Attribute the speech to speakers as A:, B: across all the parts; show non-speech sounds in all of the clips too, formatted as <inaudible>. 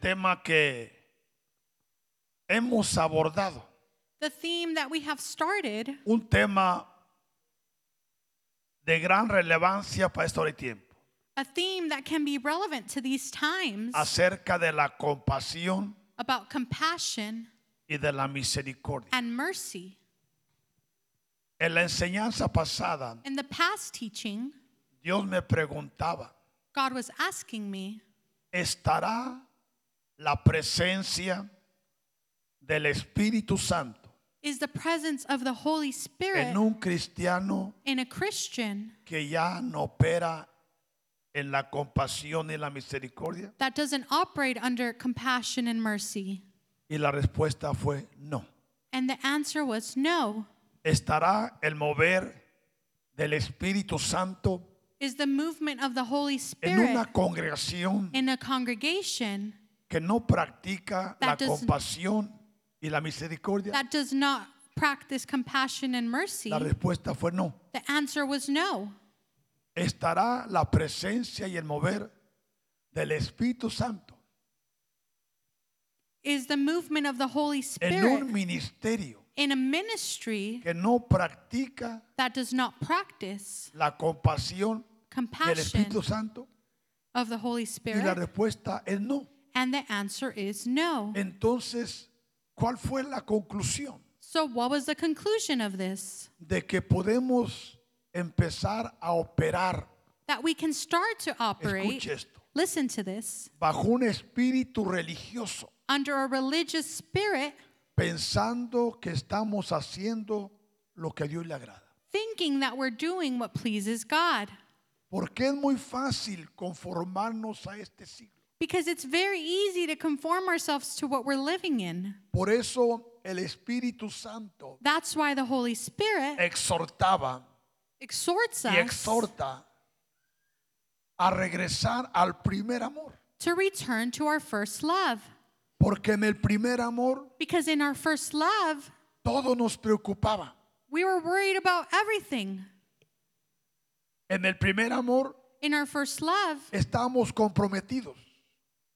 A: tema que hemos abordado,
B: The theme that we have started
A: un tema de gran relevancia para este hora y tiempo,
B: a theme that can be relevant to these times
A: acerca de la compasión
B: about compassion
A: y de la misericordia.
B: and mercy.
A: En la enseñanza pasada,
B: In the past teaching,
A: Dios me preguntaba,
B: God was asking me,
A: ¿estará la presencia del Espíritu Santo
B: is the presence of the Holy Spirit
A: en un cristiano
B: in a Christian
A: que ya no opera en la compasión y la misericordia?
B: that doesn't operate under compassion and mercy?
A: Y la respuesta fue no.
B: And the answer was no.
A: ¿Estará el mover del Espíritu Santo
B: Is the movement of the Holy
A: en
B: Spirit
A: una congregación
B: in a congregation
A: que no practica la
B: That does-
A: compasión y la misericordia?
B: that does not practice compassion and mercy?
A: La respuesta fue no.
B: The answer was no.
A: estará la presencia y el mover del Espíritu Santo
B: Is the movement of the Holy
A: en un
B: Spirit
A: ministerio
B: in a ministry
A: que no practica
B: that does not practice
A: la compasión del
B: compassion
A: Espíritu Santo?
B: of the Holy
A: Y la
B: Spirit?
A: respuesta es no.
B: And the answer is no.
A: Entonces, ¿cuál fue la conclusión?
B: So, what was the conclusion of this?
A: De que podemos empezar a operar,
B: That we can start to operate,
A: escuche esto,
B: listen to this,
A: bajo un espíritu religioso,
B: under a religious spirit,
A: pensando que estamos haciendo lo que a Dios le agrada.
B: thinking that we're doing what pleases God.
A: Porque es muy fácil conformarnos a este siglo.
B: Because it's very easy to conform ourselves to what we're living in.
A: Por eso el Espíritu Santo
B: That's why the Holy Spirit
A: exhortaba
B: exhorts
A: y
B: us
A: exhorta a regresar al primer amor.
B: to return to our first love.
A: Porque en el primer amor
B: Because in our first love,
A: todo nos preocupaba.
B: we were worried about everything.
A: En el primer amor
B: In our first love,
A: estábamos comprometidos.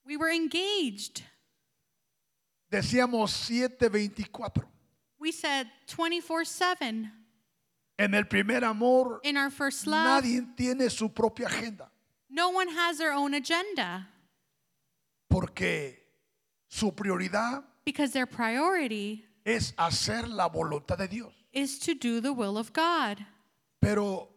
B: we were engaged.
A: Decíamos 724.
B: We said 24 7.
A: En el primer amor
B: In our first love,
A: nadie tiene su propia agenda.
B: no one has their own agenda
A: Porque su prioridad
B: because their priority
A: es hacer la voluntad de Dios.
B: is to do the will of God.
A: Pero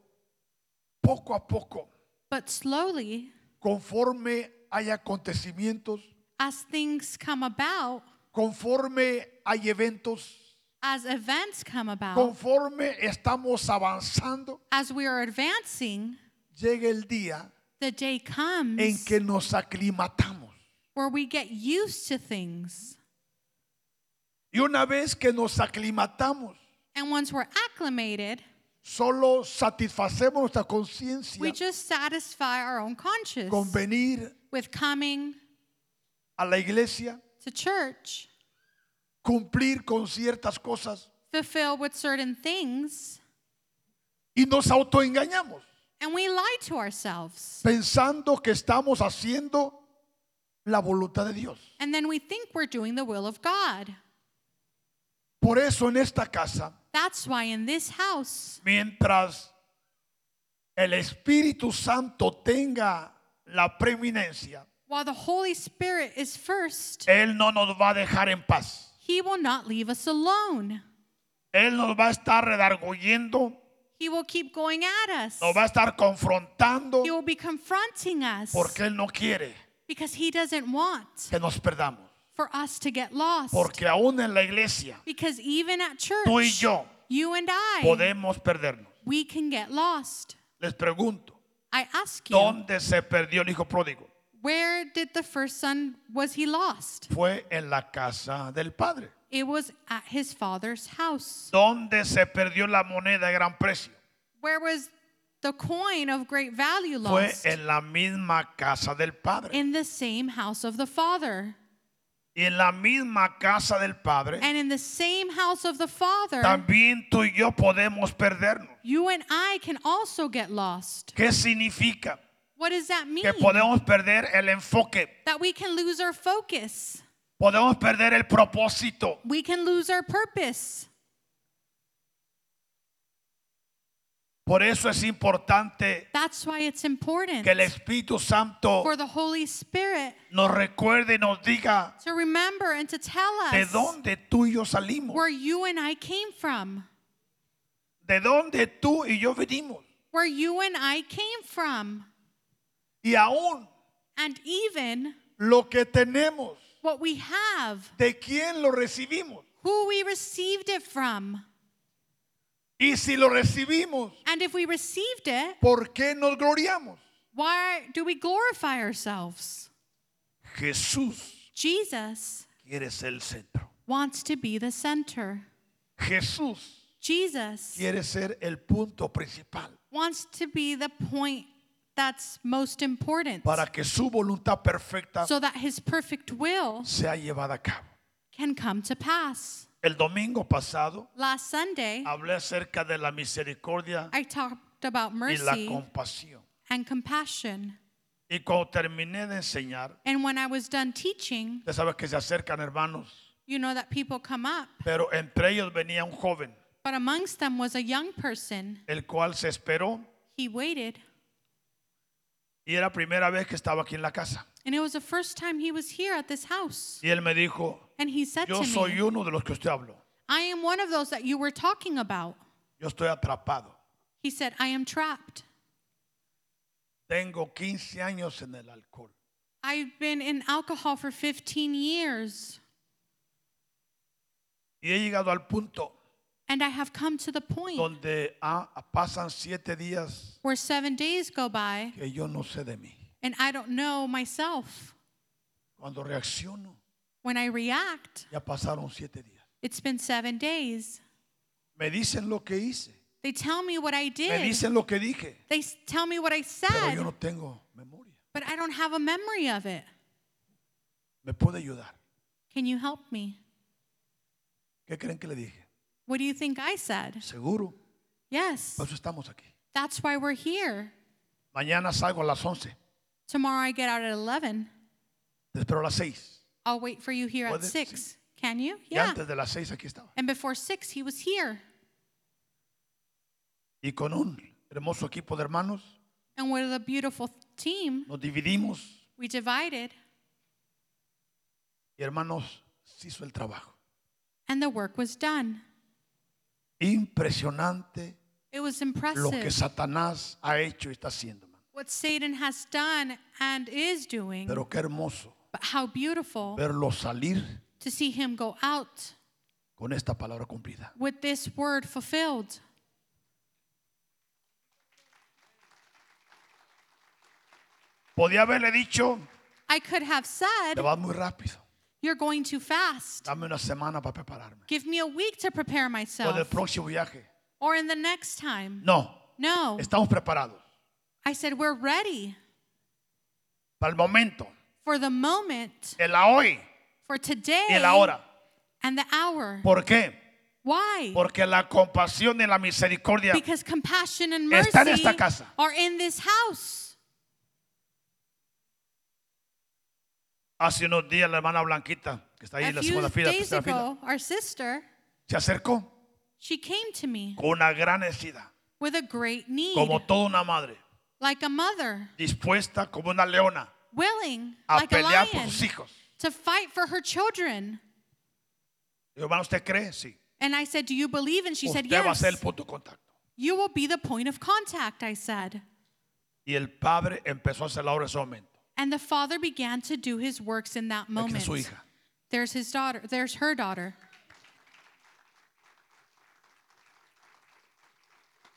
A: poco a poco,
B: But slowly,
A: conforme hay acontecimientos,
B: as things come about,
A: conforme hay eventos,
B: as events come about,
A: conforme estamos avanzando,
B: as we are advancing,
A: llega el día
B: the day
A: en
B: comes
A: que nos aclimatamos.
B: where we get used to things.
A: Y una vez que nos aclimatamos,
B: And once we're acclimated,
A: solo satisfacemos nuestra conciencia
B: we just satisfy our own conscience
A: con venir
B: with coming
A: a la iglesia,
B: to church,
A: cumplir con ciertas cosas
B: fulfilled with certain things,
A: y nos autoengañamos.
B: and we lie to ourselves.
A: pensando que estamos haciendo la voluntad de Dios.
B: And then we think we're doing the will of God.
A: Por eso en esta casa,
B: That's why in this house,
A: mientras el Espíritu Santo tenga la preeminencia,
B: while the Holy Spirit is first,
A: Él no nos va a dejar en paz.
B: He will not leave us alone.
A: Él nos va a estar redarguyendo,
B: He will keep going at us.
A: nos va a estar confrontando,
B: He will be confronting us
A: porque Él no quiere
B: because he doesn't want
A: que nos perdamos.
B: for us to get lost.
A: Porque aún en la iglesia,
B: Because even at church,
A: tú y yo
B: you and I,
A: podemos perdernos.
B: we can get lost.
A: Les pregunto,
B: I ask you,
A: ¿dónde se perdió el hijo pródigo?
B: where did the first son was he lost?
A: fue en la casa del padre,
B: It was at his father's house.
A: donde se perdió la moneda de gran precio.
B: Where was the coin of great value
A: Fue
B: lost?
A: en la misma casa del padre.
B: In the same house of the father.
A: Y en la misma casa del padre
B: And in the same house of the father,
A: también tú y yo podemos perdernos.
B: you and I can also get lost.
A: ¿Qué significa?
B: What does that mean?
A: que podemos perder el enfoque,
B: That we can lose our focus.
A: podemos perder el propósito.
B: We can lose our purpose.
A: Por eso es importante
B: That's why it's important
A: que el Espíritu Santo
B: for the Holy Spirit
A: nos recuerde y nos diga
B: to remember and to tell
A: de
B: us
A: dónde tú y yo salimos,
B: where you and I came from.
A: de dónde tú y yo venimos.
B: Where you and I came from.
A: Y aún
B: And even
A: lo que tenemos,
B: what we have,
A: de quién lo recibimos.
B: who we received it from.
A: Y si lo recibimos,
B: And if we received it,
A: ¿por qué nos gloriamos?
B: why do we glorify ourselves?
A: Jesús
B: Jesus
A: quiere ser el centro.
B: wants to be the center.
A: Jesús
B: Jesus
A: quiere ser el punto principal
B: wants to be the point that's most important
A: para que su voluntad perfecta
B: so that his perfect will
A: sea llevada a cabo.
B: can come to pass.
A: El domingo pasado
B: Last Sunday,
A: hablé acerca de la misericordia
B: I talked about
A: y la
B: mercy
A: compasión.
B: and compassion.
A: Y cuando terminé de enseñar,
B: And when I was done teaching,
A: ya sabes que se acercan hermanos,
B: you know that people come up,
A: pero entre ellos venía un joven,
B: but amongst them was a young person.
A: el cual se esperó
B: He waited,
A: y era primera vez que estaba aquí en la casa.
B: and it was the first time he was here at this house.
A: Y él me dijo,
B: And he said
A: yo
B: to
A: soy
B: me,
A: uno de los que usted habló,
B: I am one of those that you were talking about.
A: yo estoy atrapado.
B: He said, I am trapped.
A: Tengo 15 años en el alcohol.
B: I've been in alcohol for 15 years,
A: Y he llegado al punto
B: and I have come to the point
A: donde ah, pasan siete días
B: where seven days go by,
A: que yo no sé de mí.
B: and I don't know myself.
A: Cuando reacciono,
B: When I react,
A: ya pasaron siete días.
B: it's been seven days.
A: Me dicen lo que hice,
B: They tell me what I
A: me
B: did,
A: dicen lo que dije,
B: they s- tell me what I
A: pero
B: said,
A: yo no tengo memoria.
B: but I don't have a memory of it.
A: ¿Me puede ayudar?
B: Can you help me?
A: ¿Qué creen que le dije?
B: What do you think I said?
A: Seguro,
B: Yes,
A: por eso estamos aquí.
B: that's why we're here.
A: Mañana salgo a las 11,
B: Tomorrow I get out at 11.
A: te espero a las 6.
B: I'll wait for you here at
A: Puede-
B: 6. Can you?
A: Y
B: Yeah.
A: antes de las 6 aquí estaba.
B: And before 6, he was here.
A: Y con un hermoso equipo de hermanos,
B: And with a beautiful team,
A: nos dividimos
B: we divided
A: y hermanos, se hizo el trabajo.
B: and the work was done.
A: Impresionante
B: It was
A: lo que
B: impressive
A: Satanás ha hecho y está haciendo. hermano.
B: what Satan has done and is doing,
A: Pero qué hermoso
B: but how beautiful
A: verlo salir
B: to see him go out
A: con esta palabra cumplida.
B: with this word fulfilled.
A: Podía haberle dicho,
B: I could have said,
A: te vas muy rápido,
B: You're going too fast.
A: dame una semana para prepararme.
B: Give me a week to prepare
A: O del
B: myself.
A: próximo viaje.
B: Or in the next time.
A: No,
B: No.
A: estamos preparados.
B: I said, We're ready
A: Para el momento,
B: for the moment,
A: el hoy
B: for today,
A: y el ahora.
B: and the hour.
A: ¿Por qué?
B: Why?
A: Porque la compasión y la misericordia
B: Because compassion and mercy
A: Está en esta casa.
B: are in this house.
A: Hace unos días la hermana Blanquita, que está ahí en
B: A
A: la
B: few
A: segunda fila,
B: days
A: tercera fila,
B: ago, our sister,
A: se acercó
B: she came to me
A: con una gran necesidad,
B: with a great need,
A: como toda una madre,
B: like a mother,
A: dispuesta como una leona
B: willing,
A: a
B: like a
A: pelear por
B: lion,
A: sus hijos.
B: to fight for her children.
A: Digo, hermano, ¿usted cree? Sí.
B: And I said, Do you believe? And she
A: Usted
B: said,
A: va a ser el
B: Yes.
A: punto de contacto.
B: You will be the point of contact, I said.
A: Y el padre empezó a hacer la obra en ese momento.
B: And the father began to do his works in that
A: Aquí
B: moment.
A: es su hija.
B: There's his daughter, there's her daughter.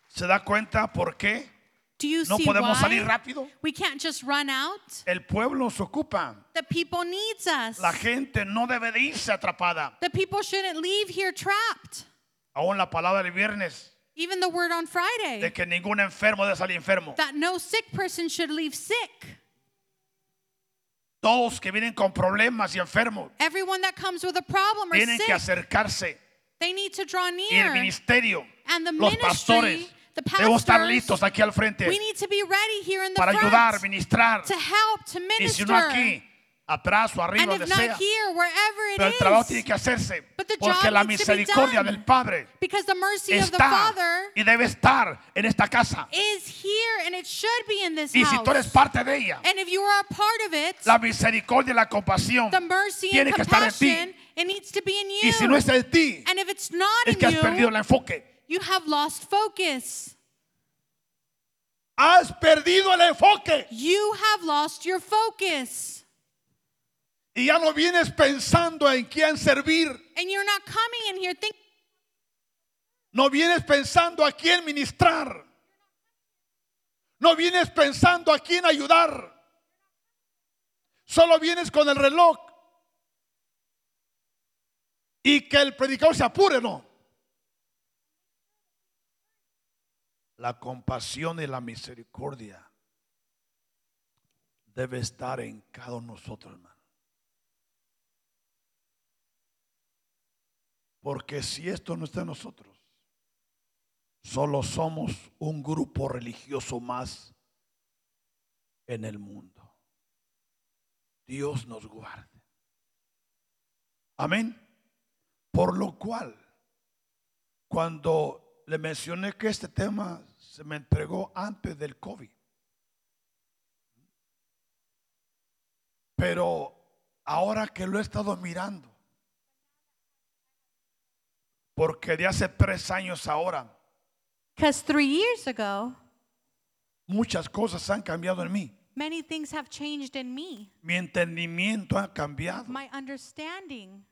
A: ¿Se da cuenta por qué
B: Do you
A: no
B: see
A: podemos
B: why?
A: salir rápido?
B: We can't just run out.
A: El pueblo nos ocupa.
B: The people needs us.
A: La gente no debe de irse atrapada.
B: The people shouldn't leave here trapped.
A: Aún la palabra del viernes
B: Even the word on Friday
A: de que ningún enfermo debe salir enfermo.
B: that no sick person should leave sick.
A: Todos que vienen con problemas y enfermos
B: Everyone that comes with a problem or
A: tienen
B: sick,
A: que acercarse.
B: they need to draw
A: Y el
B: near.
A: ministerio,
B: And the
A: los
B: ministry,
A: pastores
B: the
A: Debemos estar
B: pastors,
A: listos aquí al
B: we
A: frente
B: need to be ready here in the
A: para ayudar,
B: front
A: ministrar.
B: to help, to
A: Y si
B: minister.
A: no aquí, atrás o arriba,
B: and
A: donde
B: if not
A: sea.
B: here, wherever it
A: Pero el trabajo
B: is,
A: tiene que hacerse
B: But the job
A: porque la
B: needs to be
A: misericordia
B: done.
A: del Padre
B: because the mercy of the
A: está
B: Father
A: y debe estar en esta casa.
B: is here and it should be in this
A: Y si
B: house.
A: tú eres parte de ella,
B: and if you are a part of it,
A: la misericordia y la compasión
B: the mercy
A: tiene
B: and
A: que estar en
B: compassion,
A: ti.
B: it needs to be in you.
A: Y si no está en ti,
B: and if it's not
A: es que has
B: in you,
A: perdido el enfoque.
B: you have lost focus.
A: Has perdido el enfoque
B: You have lost your focus.
A: y ya no vienes pensando en quién servir,
B: And you're not coming in here thinking
A: no vienes pensando a quién ministrar, no vienes pensando a quién ayudar, solo vienes con el reloj y que el predicador se apure, no. La compasión y la misericordia debe estar en cada uno de nosotros, hermano. Porque si esto no está en nosotros, solo somos un grupo religioso más en el mundo. Dios nos guarde. Amén. Por lo cual, cuando le mencioné que este tema se me entregó antes del COVID, pero ahora que lo he estado mirando, porque de hace tres años ahora,
B: because three years ago,
A: muchas cosas han cambiado en mí.
B: many things have changed in me.
A: Mi entendimiento ha cambiado.
B: My understanding,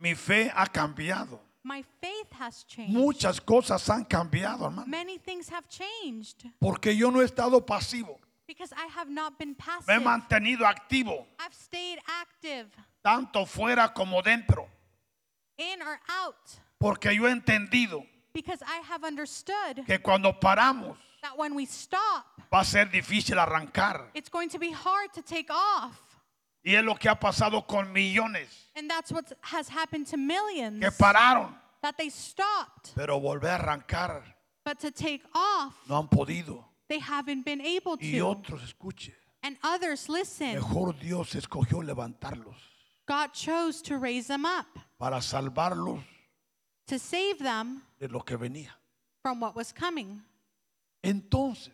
A: Mi fe ha cambiado.
B: my faith has changed.
A: Muchas cosas han cambiado, hermano.
B: Many things have changed
A: Porque yo no he estado pasivo.
B: because I have not been passive.
A: Me he mantenido activo,
B: I've stayed active
A: tanto fuera como dentro.
B: in or out
A: Porque yo he entendido
B: because I have understood
A: que cuando paramos
B: that when we stop,
A: va a ser difícil arrancar.
B: it's going to be hard to take off.
A: Y es lo que ha pasado con millones
B: And that's what has happened to millions
A: que pararon,
B: that they stopped,
A: pero volver a arrancar
B: but to take off,
A: no han podido.
B: they haven't been able
A: Y
B: to.
A: otros escuche.
B: And others, listen,
A: Mejor Dios escogió levantarlos
B: God chose to raise them up,
A: para salvarlos
B: to save them
A: de lo que venía.
B: from what was coming.
A: Entonces,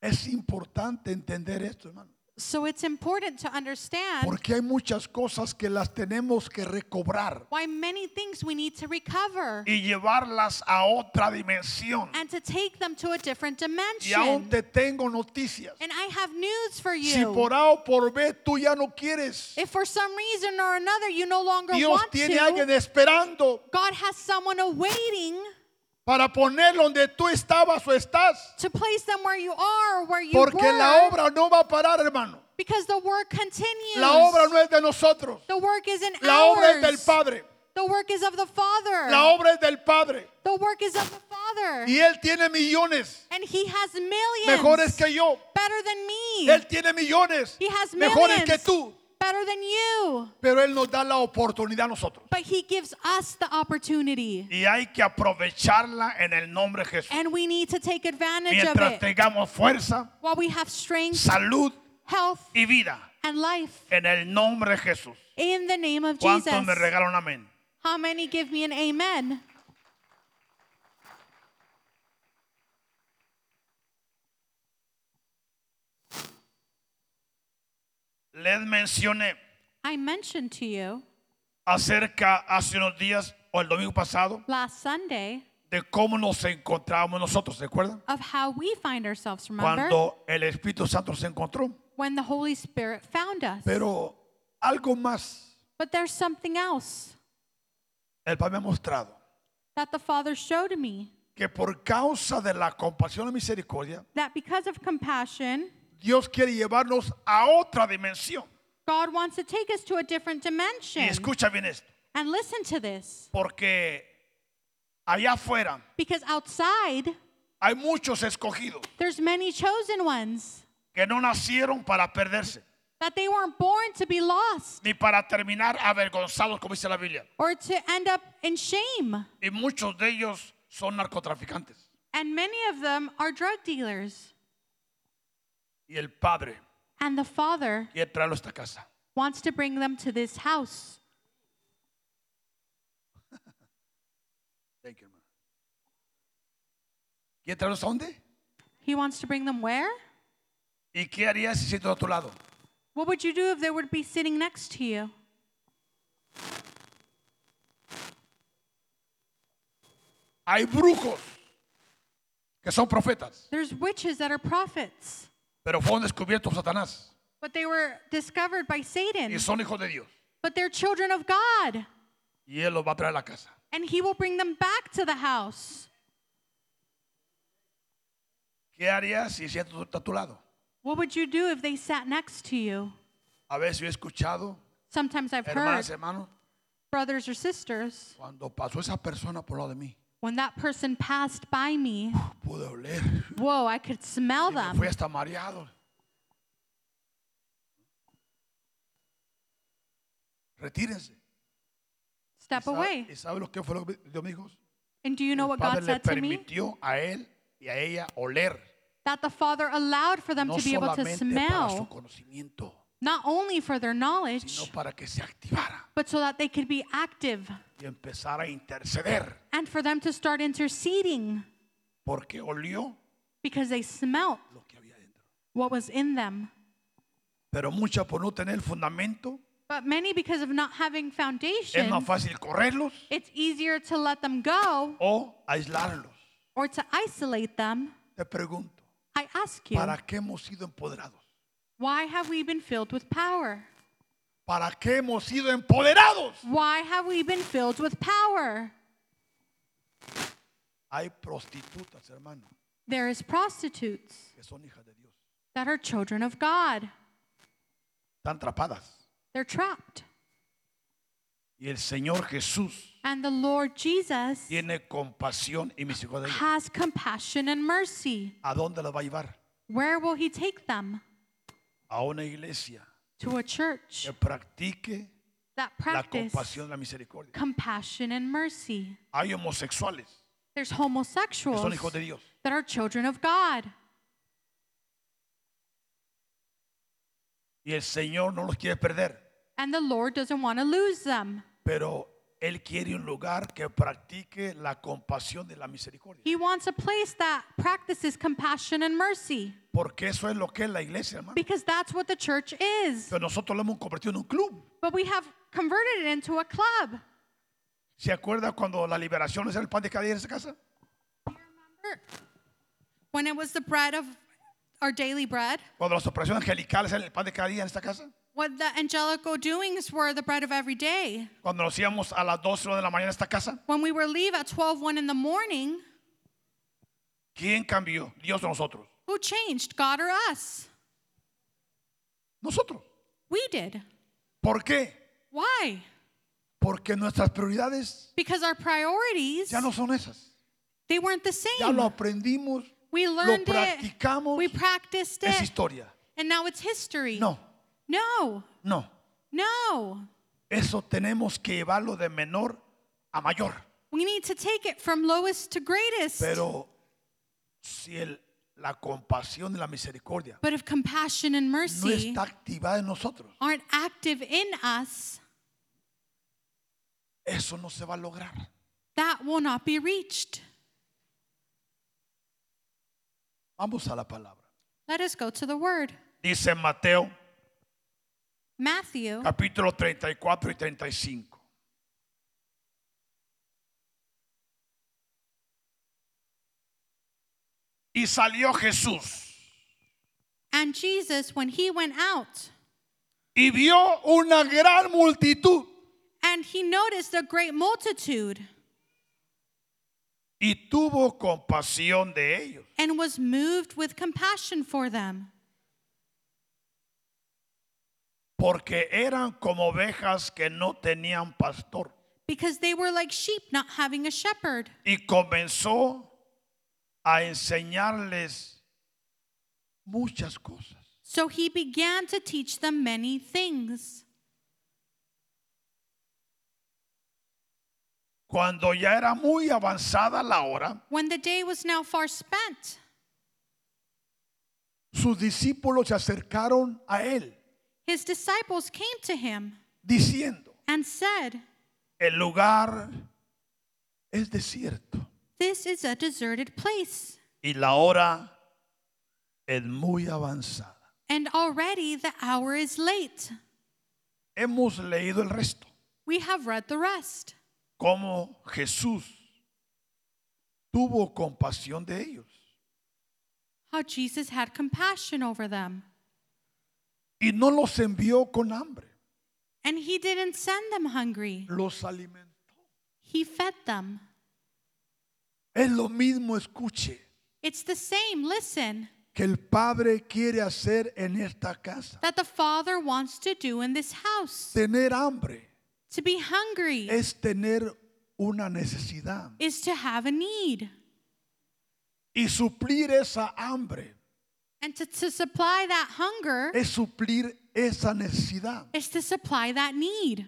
A: es importante entender esto, hermano.
B: So it's important to understand
A: Porque hay muchas cosas que las tenemos que recobrar
B: why many things we need to recover
A: y llevarlas a otra dimensión.
B: and to take them to a different
A: Y aún
B: dimension.
A: te tengo noticias.
B: And I have news for
A: Si
B: you.
A: por A o por B tú ya no quieres,
B: If for some reason or another you no longer
A: Dios
B: want
A: tiene a alguien
B: to,
A: esperando
B: God has someone awaiting
A: para ponerlo donde tú estabas o estás.
B: to place them where you are or where you
A: Porque la
B: were
A: obra no va a parar, hermano.
B: because the work continues.
A: La obra no es de nosotros.
B: the work is in
A: La obra es
B: ours.
A: del Padre.
B: The work is of the Father.
A: La obra es del Padre.
B: the work is of the Father.
A: Y Él tiene millones.
B: and He has millions.
A: Mejores que yo.
B: better than me.
A: Él tiene millones.
B: He has
A: Mejores que
B: millions.
A: tú.
B: better than you.
A: Pero Él nos da la oportunidad a nosotros.
B: But He gives us the opportunity.
A: Y hay que aprovecharla en el nombre de Jesús.
B: And we need to take advantage of
A: Mientras
B: it
A: tengamos fuerza,
B: while we have strength,
A: salud
B: health,
A: y vida.
B: and life.
A: En el nombre de Jesús.
B: In the name of Jesus.
A: ¿Cuántos me regalan amén?
B: How many give me an amen?
A: Les mencioné
B: I mentioned to you
A: acerca hace unos días o el domingo pasado
B: last Sunday
A: de cómo nos encontrábamos nosotros, ¿se acuerdan?
B: of how we find ourselves, remember?
A: Cuando el Espíritu Santo se encontró.
B: when the Holy Spirit found us.
A: Pero algo más
B: but there's something else
A: el Padre me ha mostrado.
B: that the Father showed me
A: Que por causa de la compasión y misericordia,
B: that because of compassion,
A: Dios quiere llevarnos a otra dimensión.
B: God wants to take us to a different
A: Y
B: dimension.
A: escucha bien esto,
B: and listen to this
A: porque allá afuera
B: because outside,
A: hay muchos escogidos
B: there's many chosen ones
A: que no nacieron para perderse,
B: that they weren't born to be lost
A: ni para terminar avergonzados, como dice la Biblia.
B: or to end up in shame.
A: Y muchos de ellos son narcotraficantes.
B: And many of them are drug dealers.
A: Y el padre
B: And the father
A: quiere traerlo a esta casa.
B: wants to bring them to this house.
A: Thank you, hermano. ¿Quiere traerlos a dónde?
B: He wants to bring them where?
A: ¿Y qué haría si siento a tu lado?
B: What would you do if they would be sitting next to you?
A: Hay brujos que son profetas,
B: There's witches that are prophets,
A: pero fueron descubiertos por Satanás
B: but they were discovered by
A: y
B: Satan.
A: son hijos de Dios.
B: But they're children of God,
A: Y él los va a traer a la casa.
B: and he will bring them back to the house.
A: ¿Qué haría si siento a tu lado?
B: What would you do if they sat next to you?
A: A veces yo he escuchado,
B: Sometimes I've heard
A: hermanas, hermanos,
B: brothers or sisters,
A: cuando pasó esa persona por lado de mí,
B: when that person passed by me,
A: pude oler.
B: whoa, I could smell
A: Y me fui
B: them.
A: hasta mareado. Retírense.
B: Step
A: ¿Sabe-
B: away.
A: ¿Y sabe lo que fue lo que Dios me dijo?
B: And do you know
A: El
B: what God
A: padre le
B: said to me?
A: permitió a él y a ella oler.
B: That the Father allowed for them
A: No
B: to be able to
A: solamente para su
B: smell,
A: conocimiento,
B: not only for their knowledge,
A: sino para que se activara
B: but so that they could be active
A: y empezara a interceder.
B: and for them to start interceding
A: Porque olió
B: because they smelt
A: lo que había dentro.
B: what was in them.
A: Pero muchas por no tener fundamento,
B: But many, because of not having
A: es
B: foundation,
A: más fácil correrlos
B: it's easier to let them go
A: o aislarlos.
B: or to isolate them.
A: Te pregunto,
B: I ask you,
A: ¿para qué hemos sido empoderados?
B: why have we been filled with power?
A: ¿Para qué hemos sido empoderados?
B: Why have we been filled with power?
A: Hay prostitutas, hermano,
B: There is prostitutes
A: que son hijas de Dios.
B: that are children of God.
A: Están atrapadas.
B: They're trapped.
A: Y el Señor Jesús
B: And the Lord Jesus
A: tiene compasión y misericordia. de ellas.
B: has compassion and mercy.
A: ¿A dónde las va a llevar?
B: Where will he take them?
A: A una iglesia
B: To a church
A: que practique
B: that
A: la
B: practice
A: compasión y la misericordia.
B: compassion and mercy.
A: Hay homosexuales
B: There's
A: que
B: homosexuals
A: son hijos de Dios.
B: that are children of God.
A: Y el Señor no los quiere perder.
B: And the Lord doesn't want to lose them.
A: Pero Él quiere un lugar que practique la compasión y la misericordia.
B: He wants a place that practices compassion and mercy
A: Porque eso es lo que es la iglesia, hermano.
B: because that's what the church is.
A: Pero nosotros lo hemos convertido en un club.
B: But we have converted it into a club.
A: ¿Se acuerda cuando la liberación es el pan de cada día en esa casa?
B: When it was the bread of our daily bread,
A: Cuando las operaciones angelicales eran el pan de cada día en esta casa.
B: what the angelical doings were the bread of every day.
A: Cuando nos íbamos a las 12 de la mañana a esta casa.
B: When we were leave at 12, 1 in the morning,
A: ¿Quién cambió? Dios o nosotros.
B: who changed, God or us?
A: Nosotros.
B: We did.
A: ¿Por qué?
B: Why?
A: Porque nuestras prioridades
B: Because our priorities,
A: ya no son esas.
B: they weren't the
A: Ya
B: same.
A: lo aprendimos,
B: We
A: lo
B: learned it,
A: practicamos,
B: we practiced
A: es
B: it,
A: historia.
B: and now it's history.
A: No,
B: No,
A: no.
B: no.
A: Eso tenemos que llevarlo de menor a mayor.
B: We need to take it from lowest to greatest.
A: Pero si el- la compasión y la misericordia
B: but if compassion and
A: no
B: mercy
A: está activada en nosotros,
B: aren't active in us,
A: eso no se va a lograr.
B: that will not be reached.
A: Vamos a la palabra.
B: Let us go to the word.
A: Dice Mateo
B: Matthew
A: capítulo 34 y 35. Y salió Jesús
B: and Jesus, when he went out,
A: y vio una gran multitud
B: and he noticed a great multitude
A: y tuvo compasión de ellos
B: and was moved with compassion for them
A: porque eran como ovejas que no tenían pastor.
B: because they were like sheep not having a shepherd.
A: Y comenzó a enseñarles muchas cosas.
B: So he began to teach them many things.
A: Cuando ya era muy avanzada la hora,
B: When the day was now far spent,
A: sus discípulos se acercaron a él
B: his disciples came to him
A: diciendo,
B: and said,
A: el lugar es desierto
B: This is a deserted place,
A: y la hora es muy avanzada.
B: and already the hour is late.
A: Hemos leído el resto,
B: We have read the rest.
A: cómo Jesús tuvo compasión de ellos.
B: How Jesus had compassion over them,
A: y no los envió con hambre,
B: and he didn't send them hungry,
A: los alimentó.
B: he fed them.
A: Es lo mismo, escuche,
B: It's the same, listen,
A: que el Padre quiere hacer en esta casa.
B: that the Father wants to do in this house.
A: Tener hambre
B: To be hungry
A: es tener una necesidad
B: is to have a need,
A: y suplir esa hambre
B: and to, to supply that hunger
A: es suplir esa necesidad,
B: is to supply that need.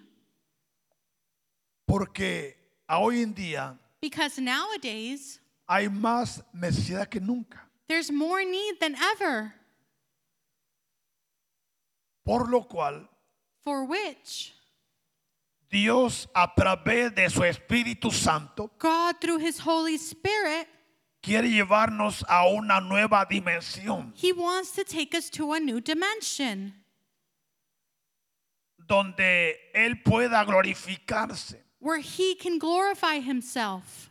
A: porque a hoy en día
B: Because nowadays,
A: hay más necesidad que nunca.
B: there's more need than ever,
A: Por lo cual
B: for which
A: Dios a través de su Espíritu Santo
B: God, through His Holy Spirit,
A: quiere llevarnos a una nueva dimensión.
B: He wants to take us to a new dimension
A: donde Él pueda glorificarse
B: where He can glorify Himself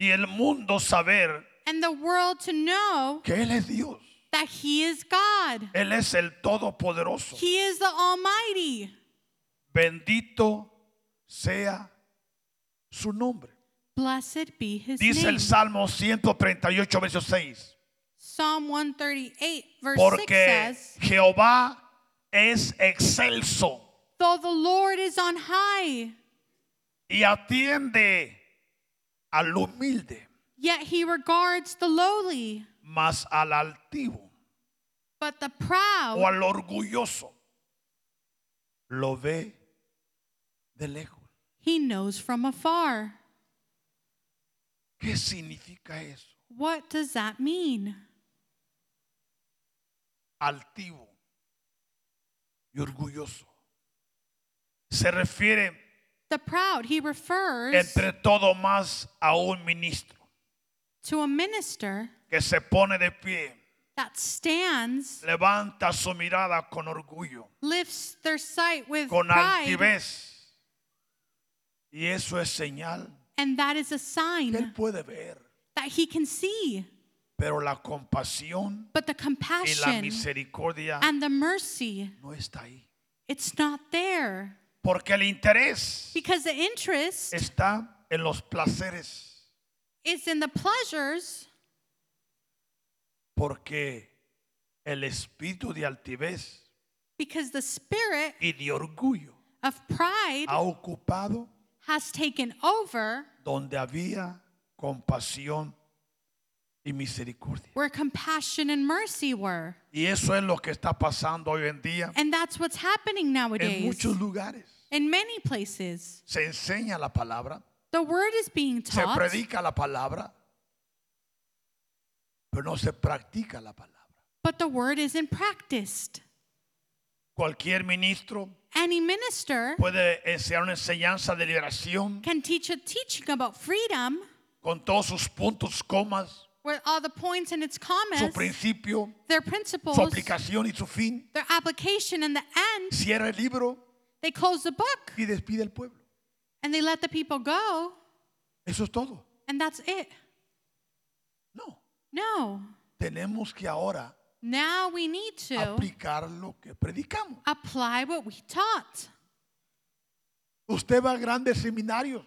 A: y el mundo saber
B: and the world to know
A: que Él es Dios,
B: that He is God,
A: Él es el Todopoderoso.
B: He is the Almighty.
A: Bendito sea su nombre.
B: Blessed be His
A: Dice
B: name.
A: el Salmo 138, verso 6.
B: Psalm 138, verse 6
A: Porque
B: says,
A: Jehová es excelso
B: Though the Lord is on high,
A: y atiende al humilde,
B: yet He regards the lowly,
A: mas al altivo
B: but the proud.
A: o al orgulloso lo ve de lejos.
B: He knows from afar.
A: ¿Qué significa eso?
B: What does that mean?
A: Altivo y orgulloso. Se refiere
B: The proud, he refers
A: entre todo más a un ministro
B: to a minister
A: que se pone de pie,
B: that stands,
A: levanta su mirada con orgullo,
B: lifts their sight with
A: con
B: pride,
A: altivez. Y eso es señal
B: and that is
A: que
B: a
A: él
B: sign
A: puede ver,
B: that he can see.
A: pero la compasión
B: But the
A: y la
B: compassion
A: misericordia
B: and the mercy,
A: no está ahí.
B: it's not there
A: Porque el interés
B: because the interest
A: está en los placeres.
B: is in the pleasures
A: Porque el espíritu de altivez
B: because the spirit
A: y de orgullo
B: of pride
A: ha ocupado
B: has taken over
A: donde había compasión y misericordia.
B: where compassion and mercy were.
A: Y eso es lo que está pasando hoy en día.
B: And that's what's happening
A: En
B: nowadays.
A: muchos lugares
B: In many places,
A: se enseña la palabra,
B: the word is being
A: se
B: taught,
A: predica la palabra, pero no se practica la palabra.
B: but the word isn't practiced.
A: Cualquier ministro
B: Any minister
A: puede enseñar una enseñanza de liberación
B: can teach a teaching about freedom
A: con todos sus puntos, comas,
B: with all the points and its
A: su
B: commas,
A: principio,
B: their principles,
A: su aplicación y su fin,
B: their application, and the end.
A: cierra el libro
B: They close the book
A: y despide al pueblo.
B: and they let the people go,
A: Eso es todo.
B: and that's it.
A: No,
B: No.
A: tenemos que ahora
B: Now we need to
A: aplicar lo que predicamos.
B: apply what we taught.
A: Usted va a grandes seminarios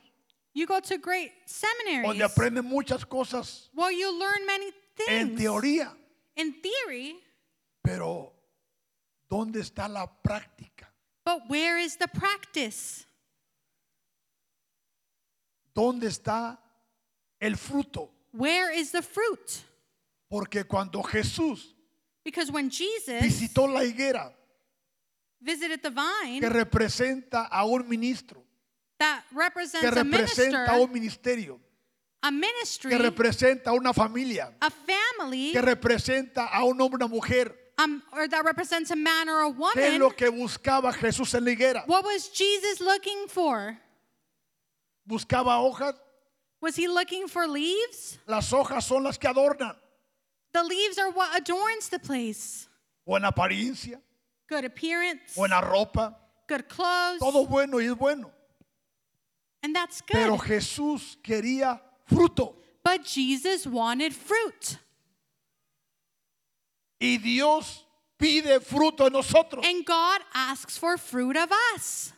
B: You go to great
A: donde
B: seminaries.
A: aprende muchas cosas
B: Well, you learn many
A: en
B: things.
A: teoría,
B: in theory,
A: pero ¿dónde está la práctica?
B: but where is the practice?
A: ¿Dónde está el fruto?
B: Where is the fruit?
A: Porque cuando Jesús
B: Because when Jesus
A: visitó la higuera
B: visited the
A: que
B: vine,
A: representa a un ministro,
B: that
A: que
B: represents a
A: representa
B: minister,
A: un ministerio,
B: a
A: que
B: ministry,
A: representa una familia,
B: a family,
A: que representa a un hombre o una mujer.
B: um, or that represents a man or
A: ¿Qué
B: a
A: es
B: woman.
A: lo que buscaba Jesús en la higuera?
B: What was Jesus looking for?
A: Buscaba hojas.
B: Was he looking for leaves?
A: Las hojas son las que adornan.
B: The leaves are what adorns the place.
A: Buena apariencia,
B: Good appearance,
A: buena ropa,
B: good clothes,
A: todo bueno y es bueno.
B: and that's good.
A: Pero Jesús quería fruto.
B: but Jesus wanted fruit.
A: Y Dios pide fruto de nosotros.
B: And God asks for fruit of us.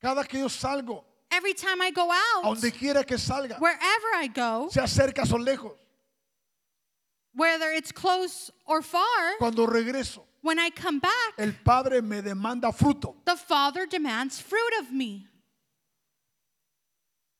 A: Cada que yo salgo,
B: Every time I go
A: a
B: out,
A: donde quiera que salga,
B: wherever I go,
A: sea cerca o lejos,
B: whether it's close or far,
A: cuando regreso,
B: when I come back,
A: el Padre me demanda fruto.
B: the Father demands fruit of me.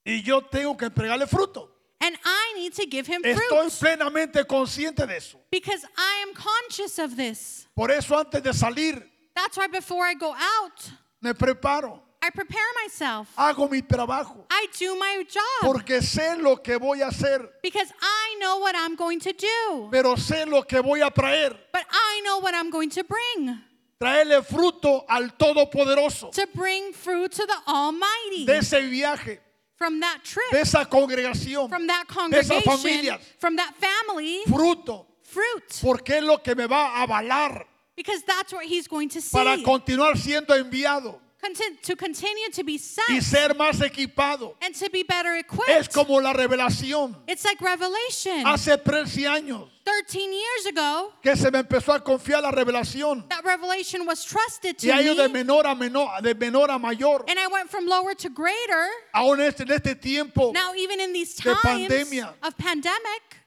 A: Y yo tengo que entregarle fruto.
B: And I need to give him
A: Estoy
B: fruit
A: plenamente consciente de eso.
B: because I am conscious of this.
A: Por eso antes de salir,
B: That's why before I go out,
A: me preparo,
B: I prepare myself.
A: hago mi trabajo,
B: I do my job
A: porque sé lo que voy a hacer,
B: because I know what I'm going to do.
A: pero sé lo que voy a traer.
B: But I know what I'm going to bring
A: Traerle fruto al Todopoderoso
B: to bring fruit to the Almighty
A: de ese viaje,
B: from that
A: de
B: trip,
A: esa congregación.
B: from that
A: familias.
B: congregation, from that family,
A: Fruto,
B: fruit,
A: porque es lo que me va a avalar
B: because that's what He's going to
A: para
B: see.
A: continuar siendo enviado
B: Contin- to continue to be
A: y
B: sent
A: ser más equipado.
B: and to be better
A: Es
B: equipped.
A: como la revelación.
B: It's like Revelation.
A: Hace 13 años
B: 13 years ago,
A: que se me empezó a confiar la revelación.
B: that revelation was trusted to
A: Y ha ido de
B: me,
A: menor a menor, de menor a mayor.
B: and I went from lower to greater.
A: Aún este- en este tiempo,
B: Now, even in these
A: De
B: times
A: pandemia.
B: of pandemic,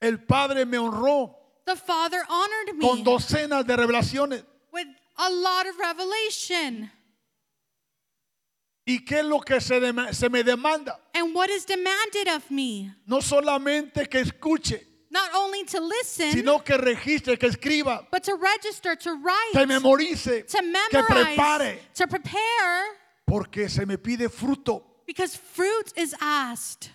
A: el Padre me honró
B: the Father honored me
A: con docenas de revelaciones.
B: with a lot of revelation.
A: ¿Y qué es lo que se, dem- se me demanda?
B: And what is demanded of me?
A: No solamente que escuche,
B: Not only to listen,
A: sino que registre, que escriba,
B: but to register, to write,
A: que memorice,
B: to
A: que
B: memorize,
A: prepare,
B: to prepare,
A: porque se me pide fruto.
B: because fruit is asked.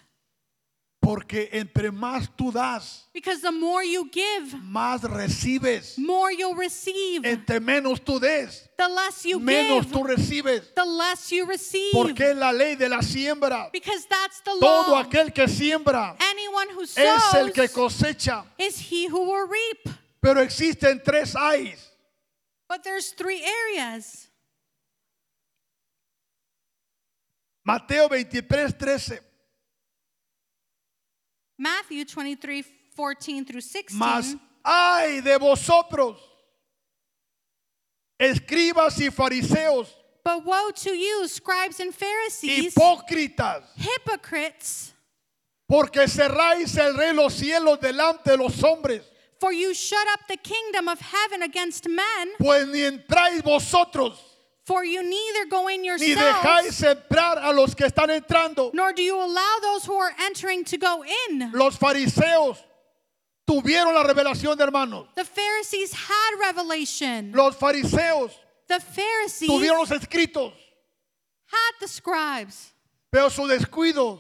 A: Porque entre más tú das,
B: Because the more you give,
A: más recibes.
B: more you'll receive.
A: Entre menos tú des,
B: the less you
A: menos
B: give,
A: tú recibes.
B: the less you receive.
A: Porque es la ley de la siembra.
B: Because that's the
A: Todo
B: law.
A: aquel que siembra
B: Anyone who
A: es
B: sows
A: el que cosecha.
B: is he who will reap.
A: Pero existen tres AIs.
B: But there's three areas.
A: Mateo 23, 13.
B: Matthew 23, 14 through 16.
A: Mas ay de vosotros, escribas y fariseos,
B: But woe to you, scribes and Pharisees,
A: hipócritas,
B: hypocrites,
A: porque cerráis el rey de los cielos delante de los hombres,
B: for you shut up the kingdom of heaven against men,
A: pues ni entráis vosotros,
B: for you neither go in
A: ni
B: yourselves,
A: dejáis entrar a los que están entrando.
B: nor do you allow those who are entering to go in.
A: Los fariseos tuvieron la revelación de hermanos.
B: The Pharisees had revelation.
A: Los fariseos
B: The Pharisees
A: tuvieron los escritos,
B: had the scribes,
A: pero sus descuidos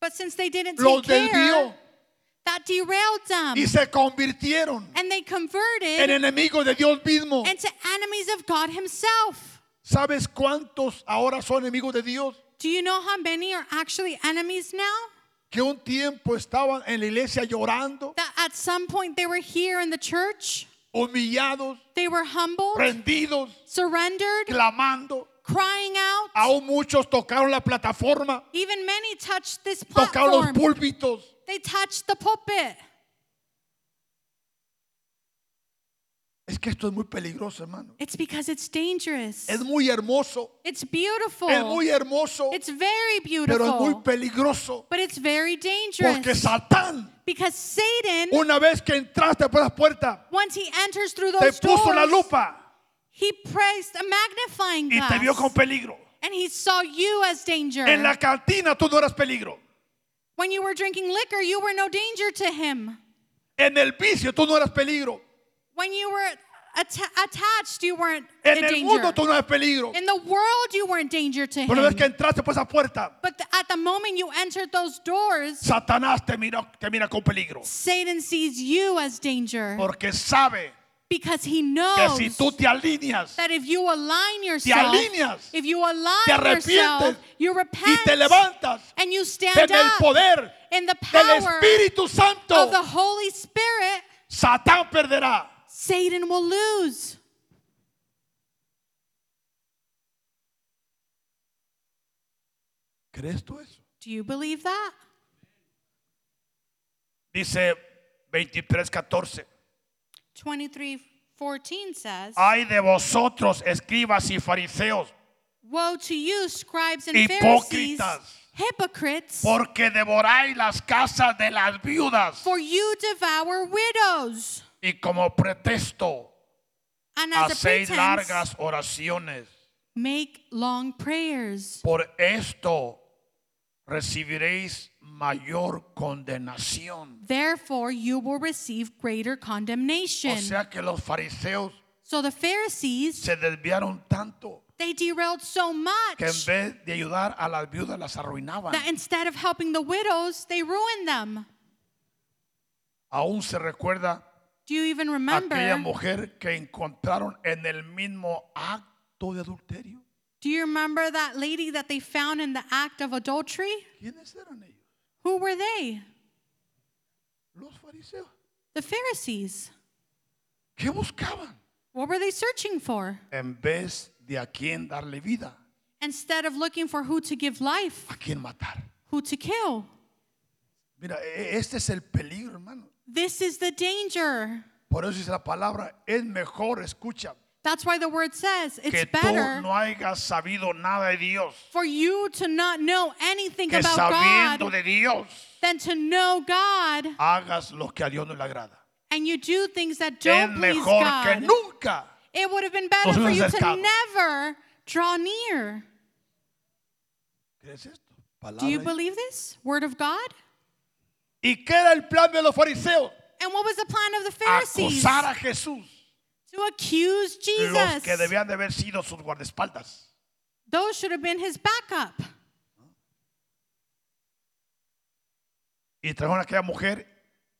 B: but since they didn't
A: los
B: take care,
A: desvió
B: that derailed
A: y
B: them,
A: se convirtieron
B: and they
A: en
B: converted
A: enemigos de Dios mismo.
B: into enemies of God Himself.
A: ¿Sabes cuántos ahora son enemigos de Dios?
B: Do you know how many are actually enemies now?
A: Que un tiempo estaban en la iglesia llorando,
B: that at some point they were here in the church,
A: humillados,
B: they were humbled,
A: rendidos,
B: surrendered,
A: clamando.
B: crying out.
A: Aún muchos tocaron la plataforma,
B: Even many touched this
A: tocaron los
B: platform.
A: púlpitos.
B: They touched the pulpit.
A: Es que esto es muy peligroso, hermano.
B: It's because it's dangerous.
A: Es muy hermoso,
B: It's beautiful.
A: es muy hermoso,
B: It's very
A: pero es muy
B: beautiful.
A: peligroso.
B: But it's very
A: Porque
B: dangerous.
A: Satán,
B: Because Satan,
A: una vez que entraste por la puerta,
B: once he enters through
A: te
B: those
A: puso la
B: doors,
A: lupa
B: he placed a magnifying
A: y te vio con
B: glass.
A: peligro.
B: And he saw you as danger.
A: En la cantina tú no eras peligro.
B: When you were drinking liquor, you were no danger to him.
A: En el vicio tú no eras peligro.
B: When you were atta- attached, you weren't a
A: En el mundo
B: danger.
A: tú no eres peligro.
B: In the world, you weren't danger to
A: Pero una vez
B: him.
A: que entraste por esa puerta,
B: But the- at the moment you entered those doors,
A: Satanás te mira, te mira con peligro.
B: Satan sees you as danger
A: Porque sabe
B: because
A: Oh,
B: he
A: que
B: knows
A: si tú te alineas
B: that if you align yourself,
A: alineas,
B: if you
A: te
B: align
A: arrepientes
B: yourself, you
A: y
B: repent
A: te levantas
B: and you stand
A: en el
B: up
A: poder
B: in the
A: del
B: power
A: Espíritu Santo,
B: of the Holy Spirit,
A: Satán perderá.
B: Satan will lose.
A: ¿Crees tú eso?
B: Do you believe that?
A: Dice 23, 14.
B: 23:14 says,
A: Ay de vosotros, escribas y fariseos,
B: Woe to you, scribes and Pharisees,
A: Hipócritas.
B: hypocrites,
A: porque devoráis las casas de las viudas
B: for you devour widows,
A: y como pretexto
B: and as a
A: hacéis
B: pretense,
A: largas oraciones.
B: make long prayers.
A: Por esto recibiréis mayor condenación.
B: Therefore, you will receive greater condemnation.
A: O sea que los fariseos
B: so the Pharisees,
A: se desviaron tanto
B: they derailed so much
A: que en vez de ayudar a las viudas las arruinaban.
B: that instead of helping the widows, they ruined them.
A: Aún se recuerda
B: Do you even
A: aquella
B: remember?
A: mujer que encontraron en el mismo acto de adulterio.
B: Do you remember that lady that they found in the act of adultery?
A: ¿Quiénes eran ellos?
B: Who were they?
A: Los fariseos.
B: The Pharisees.
A: ¿Qué buscaban?
B: What were they searching for?
A: En vez de a quién darle vida,
B: Instead of looking for who to give life,
A: a quién matar.
B: who to kill.
A: Mira, e- este es el peligro, hermano.
B: This is the danger.
A: Por eso dice la palabra, es mejor, escucha,
B: That's why the word says
A: que
B: it's
A: tú
B: better
A: no hayas sabido nada de Dios,
B: for you to not know anything
A: que
B: about
A: sabiendo
B: God
A: de Dios
B: than to know God
A: hagas lo que a Dios no le agrada.
B: and you do things that
A: Es
B: don't please
A: mejor que
B: God.
A: nunca.
B: It would have been better
A: Nos
B: for
A: hemos
B: you
A: acercado.
B: to never draw near.
A: ¿Crees esto?
B: Do you
A: Palabra. de-
B: believe this? Word of God?
A: ¿Y qué era el plan de los fariseos?
B: And what was the plan of the Pharisees?
A: acusar a Jesús,
B: To accuse
A: los que
B: Jesus.
A: debían de haber sido sus guardaespaldas.
B: Those should have been his backup.
A: Y trajeron a aquella mujer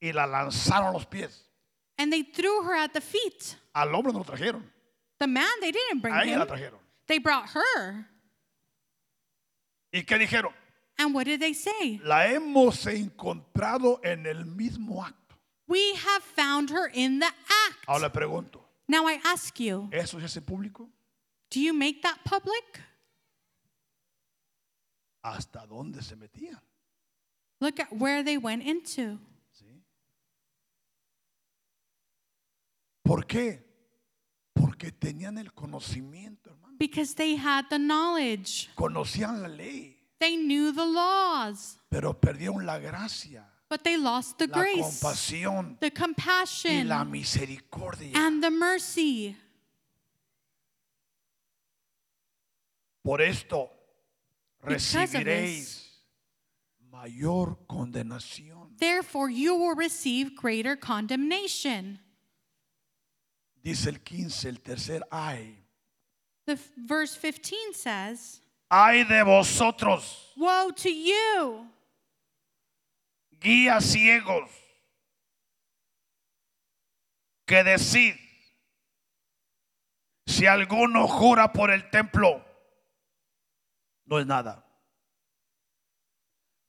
A: y la lanzaron a los pies.
B: And they threw her at the feet.
A: Al hombre no lo trajeron,
B: The man, they didn't bring
A: a ella la
B: him.
A: trajeron.
B: They brought her.
A: ¿Y qué dijeron?
B: And what did they say?
A: La hemos encontrado en el mismo acto.
B: We have found her in the act.
A: Ahora le pregunto,
B: Now I ask you,
A: ¿eso se hace público?
B: do you make that public?
A: ¿Hasta dónde se metían?
B: Look at where they went into.
A: ¿Sí? ¿Por qué? Porque tenían el conocimiento, hermano.
B: Because they had the knowledge,
A: Conocían la ley,
B: they knew the laws,
A: pero perdieron la gracia.
B: but they lost the
A: la
B: grace,
A: compasión
B: the
A: y
B: compassion,
A: la misericordia.
B: and the mercy.
A: Por esto
B: Because of
A: recibiréis mayor condenación.
B: Therefore, you will receive greater condemnation.
A: Dice el 15, el tercer ay.
B: The f- verse 15 says,
A: Ay de vosotros,
B: Woe to you,
A: guías ciegos, que decid, si alguno jura por el templo, no es nada.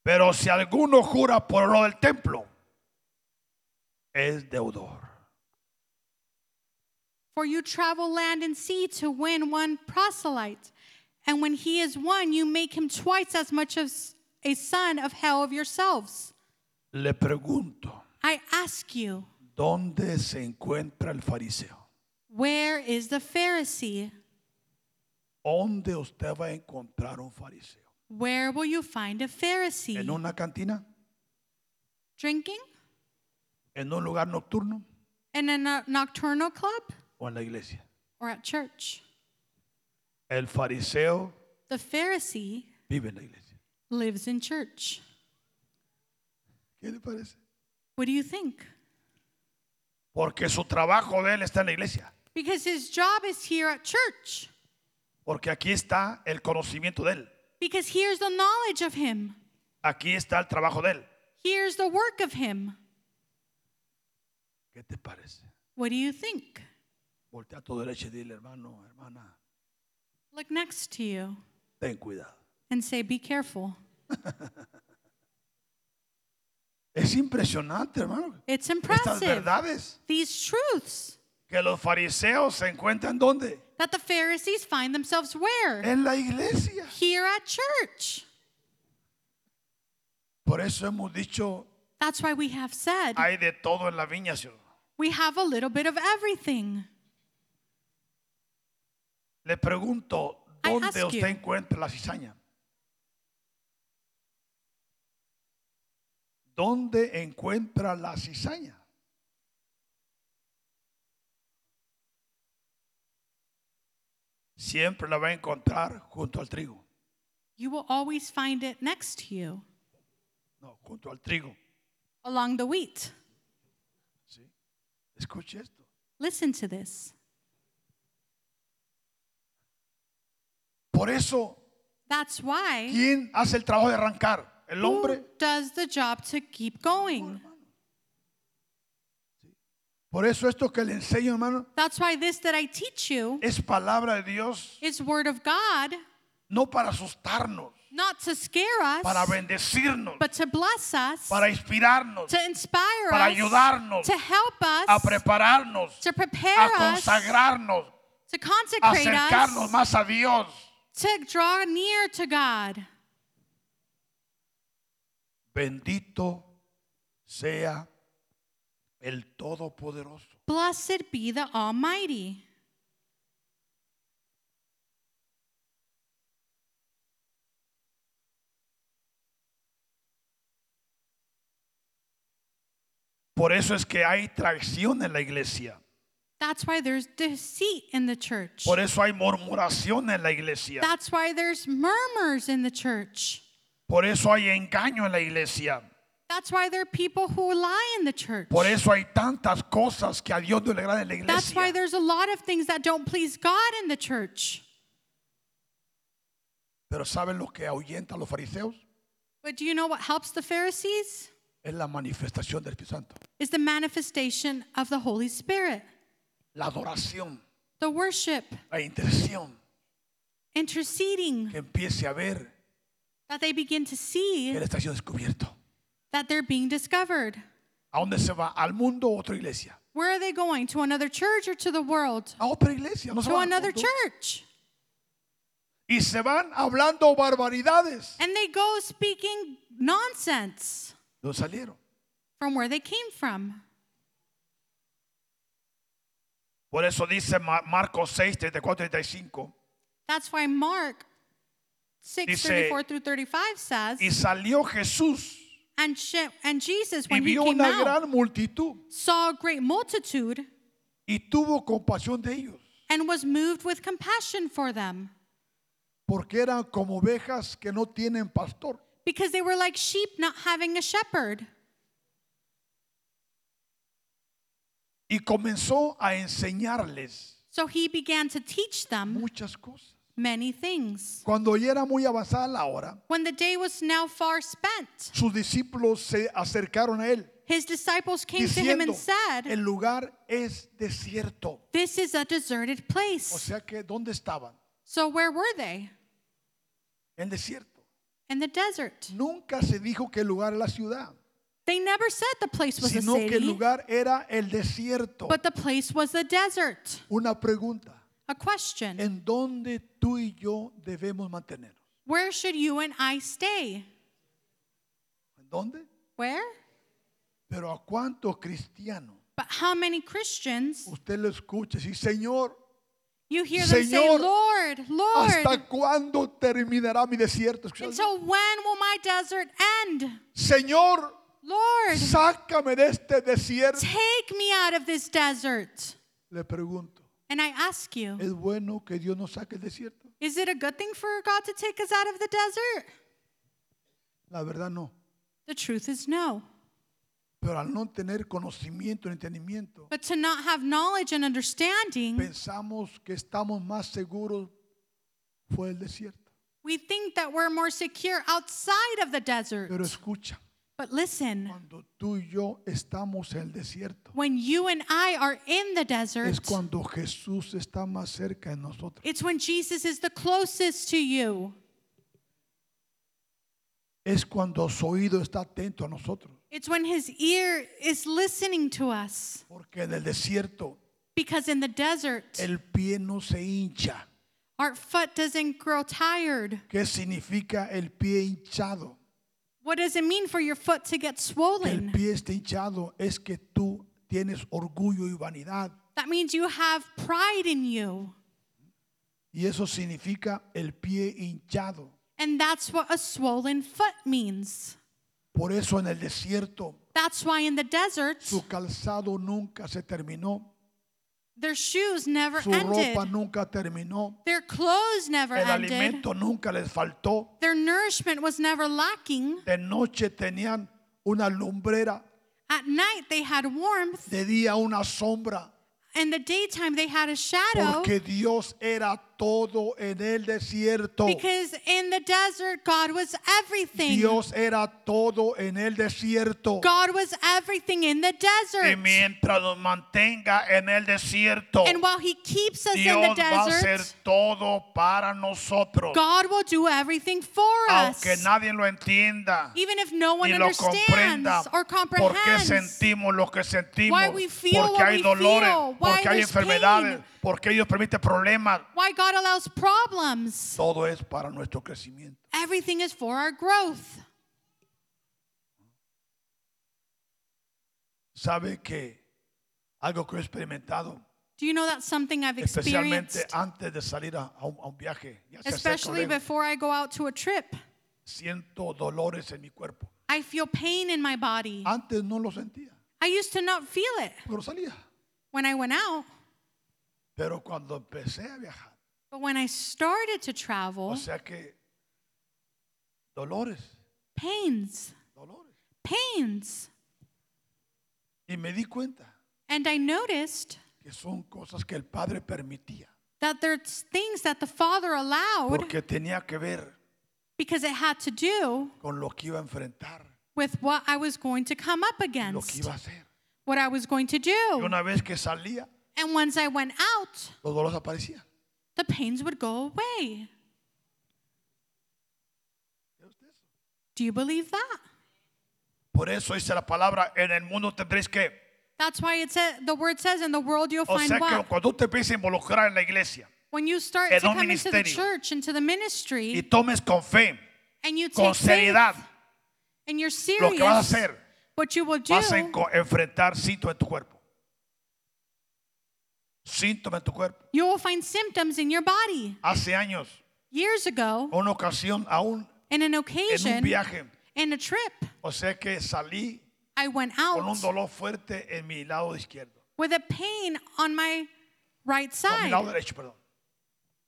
A: Pero si alguno jura por lo del templo, es deudor.
B: for you travel land and sea to win one proselyte. And when he is won, you make him twice as much as a son of hell of yourselves.
A: Le pregunto,
B: I ask you,
A: ¿dónde se encuentra el fariseo?
B: where is the Pharisee?
A: ¿Dónde usted va a encontrar un fariseo?
B: Where will you find a
A: ¿En
B: Pharisee?
A: una cantina?
B: Drinking?
A: ¿En un lugar nocturno?
B: In a no- nocturnal club?
A: ¿O en la iglesia?
B: Or at church?
A: El fariseo
B: The Pharisee
A: vive en la iglesia.
B: lives in church.
A: ¿Qué le parece?
B: What do you think?
A: Porque su trabajo de él está en la iglesia.
B: because his job is here at church,
A: Porque aquí está el conocimiento de Él.
B: because here's the knowledge of him,
A: Aquí está el trabajo de Él.
B: here's the work of him.
A: ¿Qué te parece?
B: What do you think?
A: Voltea a tu derecha y dile, hermano, hermana,
B: Look next to you
A: ten cuidado.
B: and say, Be careful.
A: Es impresionante, hermano.
B: It's
A: Estas
B: impressive.
A: verdades
B: These truths
A: que los fariseos se encuentran donde?
B: that the Pharisees find themselves where?
A: En la iglesia.
B: Here at church.
A: Por eso hemos dicho,
B: That's why we have said
A: hay de todo en la viña, Señor.
B: we have a little bit of everything.
A: Le pregunto,
B: I
A: ¿dónde
B: ask
A: usted
B: you.
A: encuentra la cizaña? ¿Dónde encuentra la cizaña? Siempre la va a encontrar junto al trigo.
B: You will always find it next to you
A: No, junto al trigo.
B: along the wheat.
A: ¿sí? Escuche esto.
B: Listen to this.
A: Por eso,
B: That's why
A: ¿quién hace el trabajo de arrancar? ¿El
B: Uh,
A: hombre?
B: who does the job to keep going.
A: Por eso esto que le enseño, hermano,
B: That's why this that I teach you
A: es palabra de Dios,
B: is word of God,
A: no para asustarnos,
B: not to scare
A: para
B: us,
A: bendecirnos,
B: but to bless us,
A: para inspirarnos,
B: to inspire
A: para
B: us,
A: ayudarnos,
B: to help
A: a
B: us,
A: prepararnos,
B: to
A: a
B: prepare us,
A: consagrarnos,
B: to
A: a
B: consecrate
A: acercarnos
B: us,
A: más a Dios.
B: to draw near to God.
A: Bendito sea el Todopoderoso.
B: Blessed be the Almighty.
A: Por eso es que hay traición en la iglesia.
B: That's why there's deceit in the church.
A: Por eso hay murmuración en la iglesia.
B: That's why there's murmurs in the church.
A: Por eso hay engaño en la iglesia.
B: That's why there are people who lie in the church.
A: Por eso hay tantas cosas que a Dios no le agrada en la
B: That's why
A: iglesia.
B: there's a lot of things that don't please God in the church.
A: Pero ¿saben lo que ahuyenta a los fariseos?
B: But do you know what helps the Pharisees?
A: Es la manifestación del Espíritu Santo.
B: Is the manifestation of the Holy Spirit,
A: La adoración,
B: the worship,
A: la intercesión.
B: interceding,
A: Que empiece a ver
B: that they begin to
A: que
B: see
A: él está siendo descubierto.
B: that they're being discovered.
A: ¿A dónde se va? ¿Al mundo o a otra iglesia?
B: Where are they going? To another church or to the world?
A: A otra iglesia. No se
B: To
A: van al
B: another
A: mundo.
B: church.
A: Y se van hablando barbaridades.
B: And they go speaking nonsense
A: No salieron.
B: from where they came from.
A: Por eso dice Ma- Marcos 6, 34, 35.
B: That's why Mark 6
A: Dice-
B: 34 through 35 says,
A: Y salió Jesús
B: and, she, and Jesus,
A: y
B: when he
A: vio
B: came
A: una
B: out,
A: gran multitud
B: saw a great multitude
A: y tuvo compasión de ellos.
B: and was moved with compassion for them
A: porque eran como ovejas que no tienen pastor.
B: because they were like sheep not having a shepherd.
A: Y comenzó a enseñarles
B: So he began to teach them
A: muchas cosas.
B: many things.
A: Cuando ya era muy avanzada la hora,
B: When the day was now far spent,
A: sus discípulos se acercaron a él,
B: his disciples came to him
A: diciendo,
B: and said,
A: el lugar es desierto.
B: This is a deserted
A: O
B: place.
A: sea que, ¿dónde estaban?
B: So where were they?
A: En desierto.
B: In the desert.
A: Nunca se dijo que el lugar era la ciudad,
B: They never said the place was a
A: sino que el
B: city,
A: lugar era el desierto.
B: Pues, but the place was a desert.
A: Una pregunta,
B: A question
A: ¿en dónde tú y yo debemos mantenernos?
B: Where should you and I stay?
A: ¿En dónde?
B: Where?
A: Pero ¿a cuántos cristianos
B: But how many Christians
A: Usted lo escucha, sí, Señor,
B: you hear them say,
A: Señor,
B: Lord, Lord,
A: ¿hasta cuándo terminará mi desierto? Escucha,
B: until when will my desert end?
A: Señor,
B: Lord,
A: sácame de este desierto.
B: take me out of this desert.
A: Le pregunto,
B: And I ask you,
A: ¿es bueno que Dios nos saque el desierto?
B: is it a good thing for God to take us out of the desert?
A: La verdad no,
B: The truth is no.
A: Pero al no tener conocimiento, entendimiento,
B: But to not have knowledge and understanding,
A: pensamos que estamos más seguros fue el desierto.
B: we think that we're more secure outside of the
A: Pero
B: desert.
A: escucha,
B: But listen,
A: cuando tú y yo estamos en el desierto,
B: when you and I are in the
A: es
B: desert,
A: cuando Jesús está más cerca de nosotros.
B: it's when Jesus is the closest to you.
A: Es cuando su oído está atento a nosotros.
B: It's when his ear is listening to us.
A: Porque en el desierto
B: Because in the desert,
A: el pie no se hincha.
B: our foot doesn't grow tired.
A: ¿Qué significa el pie hinchado?
B: What does it mean for your foot to get
A: Que el
B: swollen?
A: pie esté hinchado es que tú tienes orgullo y vanidad.
B: That means you have pride in you.
A: Y eso significa el pie hinchado.
B: And that's what a swollen foot means.
A: Por eso en el desierto
B: That's why in the desert,
A: su calzado nunca se terminó,
B: their shoes never
A: su
B: ended,
A: ropa nunca terminó,
B: their clothes never
A: el
B: ended,
A: alimento nunca les faltó.
B: their nourishment was never lacking.
A: De noche tenían una lumbrera,
B: At night, they had warmth.
A: de día una sombra,
B: In the daytime, they had a shadow.
A: porque Dios era todo en el desierto.
B: Because in the desert, God was everything.
A: Dios era todo en el desierto.
B: God was everything in the
A: Y
B: desert.
A: mientras nos mantenga en el desierto,
B: And while He keeps us in the
A: Dios va a hacer
B: desert,
A: todo para nosotros.
B: God will do everything for us.
A: Aunque nadie lo entienda
B: Even if no one
A: y lo comprenda,
B: understands or
A: por qué
B: comprehends.
A: sentimos lo que sentimos,
B: why we feel
A: porque
B: what
A: hay
B: we
A: dolores,
B: feel, why
A: porque hay
B: there's
A: enfermedades,
B: pain.
A: porque Dios permite problemas.
B: Why God allows problems.
A: Todo es para nuestro crecimiento.
B: Everything is for our growth.
A: Sabe que algo que he experimentado,
B: Do you know that's something I've
A: especialmente
B: experienced?
A: antes de salir a, a un, a un viaje, ya se acerca
B: Especially
A: luego,
B: before I go out to a trip.
A: siento dolores en mi cuerpo.
B: I feel pain in my body.
A: Antes no lo sentía,
B: I used to not feel it
A: pero salía.
B: when I went out.
A: Pero cuando empecé a viajar,
B: But when I started to
A: o
B: travel,
A: sea que dolores,
B: pains,
A: dolores.
B: pains.
A: Y me di cuenta
B: And I noticed
A: que son cosas que el Padre permitía,
B: that there's things that the Father allowed
A: porque tenía que ver
B: because it had to do
A: con lo que iba a enfrentar,
B: with what I was going to come up
A: lo que
B: against,
A: iba a hacer.
B: what I was going to
A: Y
B: do.
A: una vez que salía,
B: And once I went out,
A: los dolores aparecían.
B: the pains would go away.
A: ¿Ve usted eso?
B: Do you believe that?
A: Por eso dice la palabra, en el mundo tendréis que...
B: That's why it says the word says in the world you'll
A: O
B: find
A: sea que
B: what
A: cuando usted empieza a involucrar en la iglesia
B: when you start
A: en
B: to
A: un
B: come into the
A: ministerio.
B: church, into the
A: y
B: ministry,
A: tomes con fe,
B: and you
A: con
B: take faith,
A: seriedad,
B: and you're
A: lo que vas a
B: serious,
A: hacer,
B: what you will do,
A: vas a enco- enfrentar síntomas en tu cuerpo. Síntomas en tu cuerpo.
B: you will find symptoms in your body.
A: Hace años,
B: Years ago,
A: una ocasión, aún
B: in
A: en
B: an
A: un
B: occasion,
A: viaje,
B: in a trip,
A: o sea que salí
B: I went
A: con un
B: out
A: dolor fuerte en mi lado izquierdo,
B: with a pain on my right
A: no, mi lado
B: side.
A: derecho, perdón.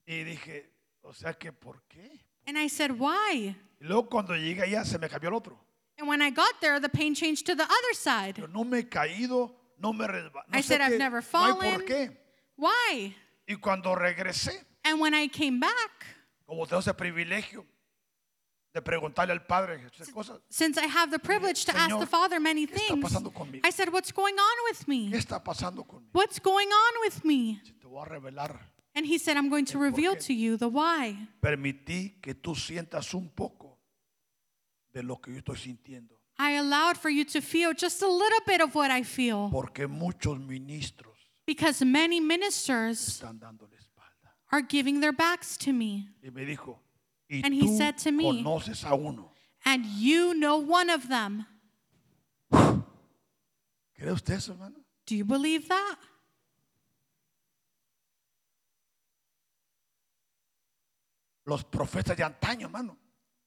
A: Y dije, o sea que, ¿por qué?
B: And I said, Why?
A: Y luego cuando llegué allá se me cambió el otro.
B: And when I got there, the pain changed to the other side.
A: Yo no me he caído, no me resbalé. No
B: I
A: sé
B: said, "I've
A: qué,
B: never
A: no hay por
B: fallen".
A: qué.
B: Why?
A: Y cuando regresé,
B: And when I came back,
A: como tengo ese privilegio de preguntarle al Padre esas cosas,
B: since I have the privilege to ask the
A: Señor,
B: Father many
A: ¿qué está
B: things,
A: pasando conmigo?
B: I said, What's going on with
A: ¿qué
B: me?
A: está pasando conmigo?
B: What's going on with me?
A: Se te voy a revelar.
B: And he said, I'm going to reveal
A: qué?
B: to you the why.
A: Permití que tú sientas un poco de lo que yo estoy sintiendo.
B: I allowed for you to feel just a little bit of what I feel
A: Porque muchos ministros
B: because many ministers
A: están dando la espalda.
B: are giving their backs to me.
A: Y me dijo, y
B: And he
A: tú
B: said to me,
A: conoces a uno.
B: and you know one of them.
A: ¿Cree usted eso, hermano?
B: Do you believe that?
A: Los profetas de antaño, hermano,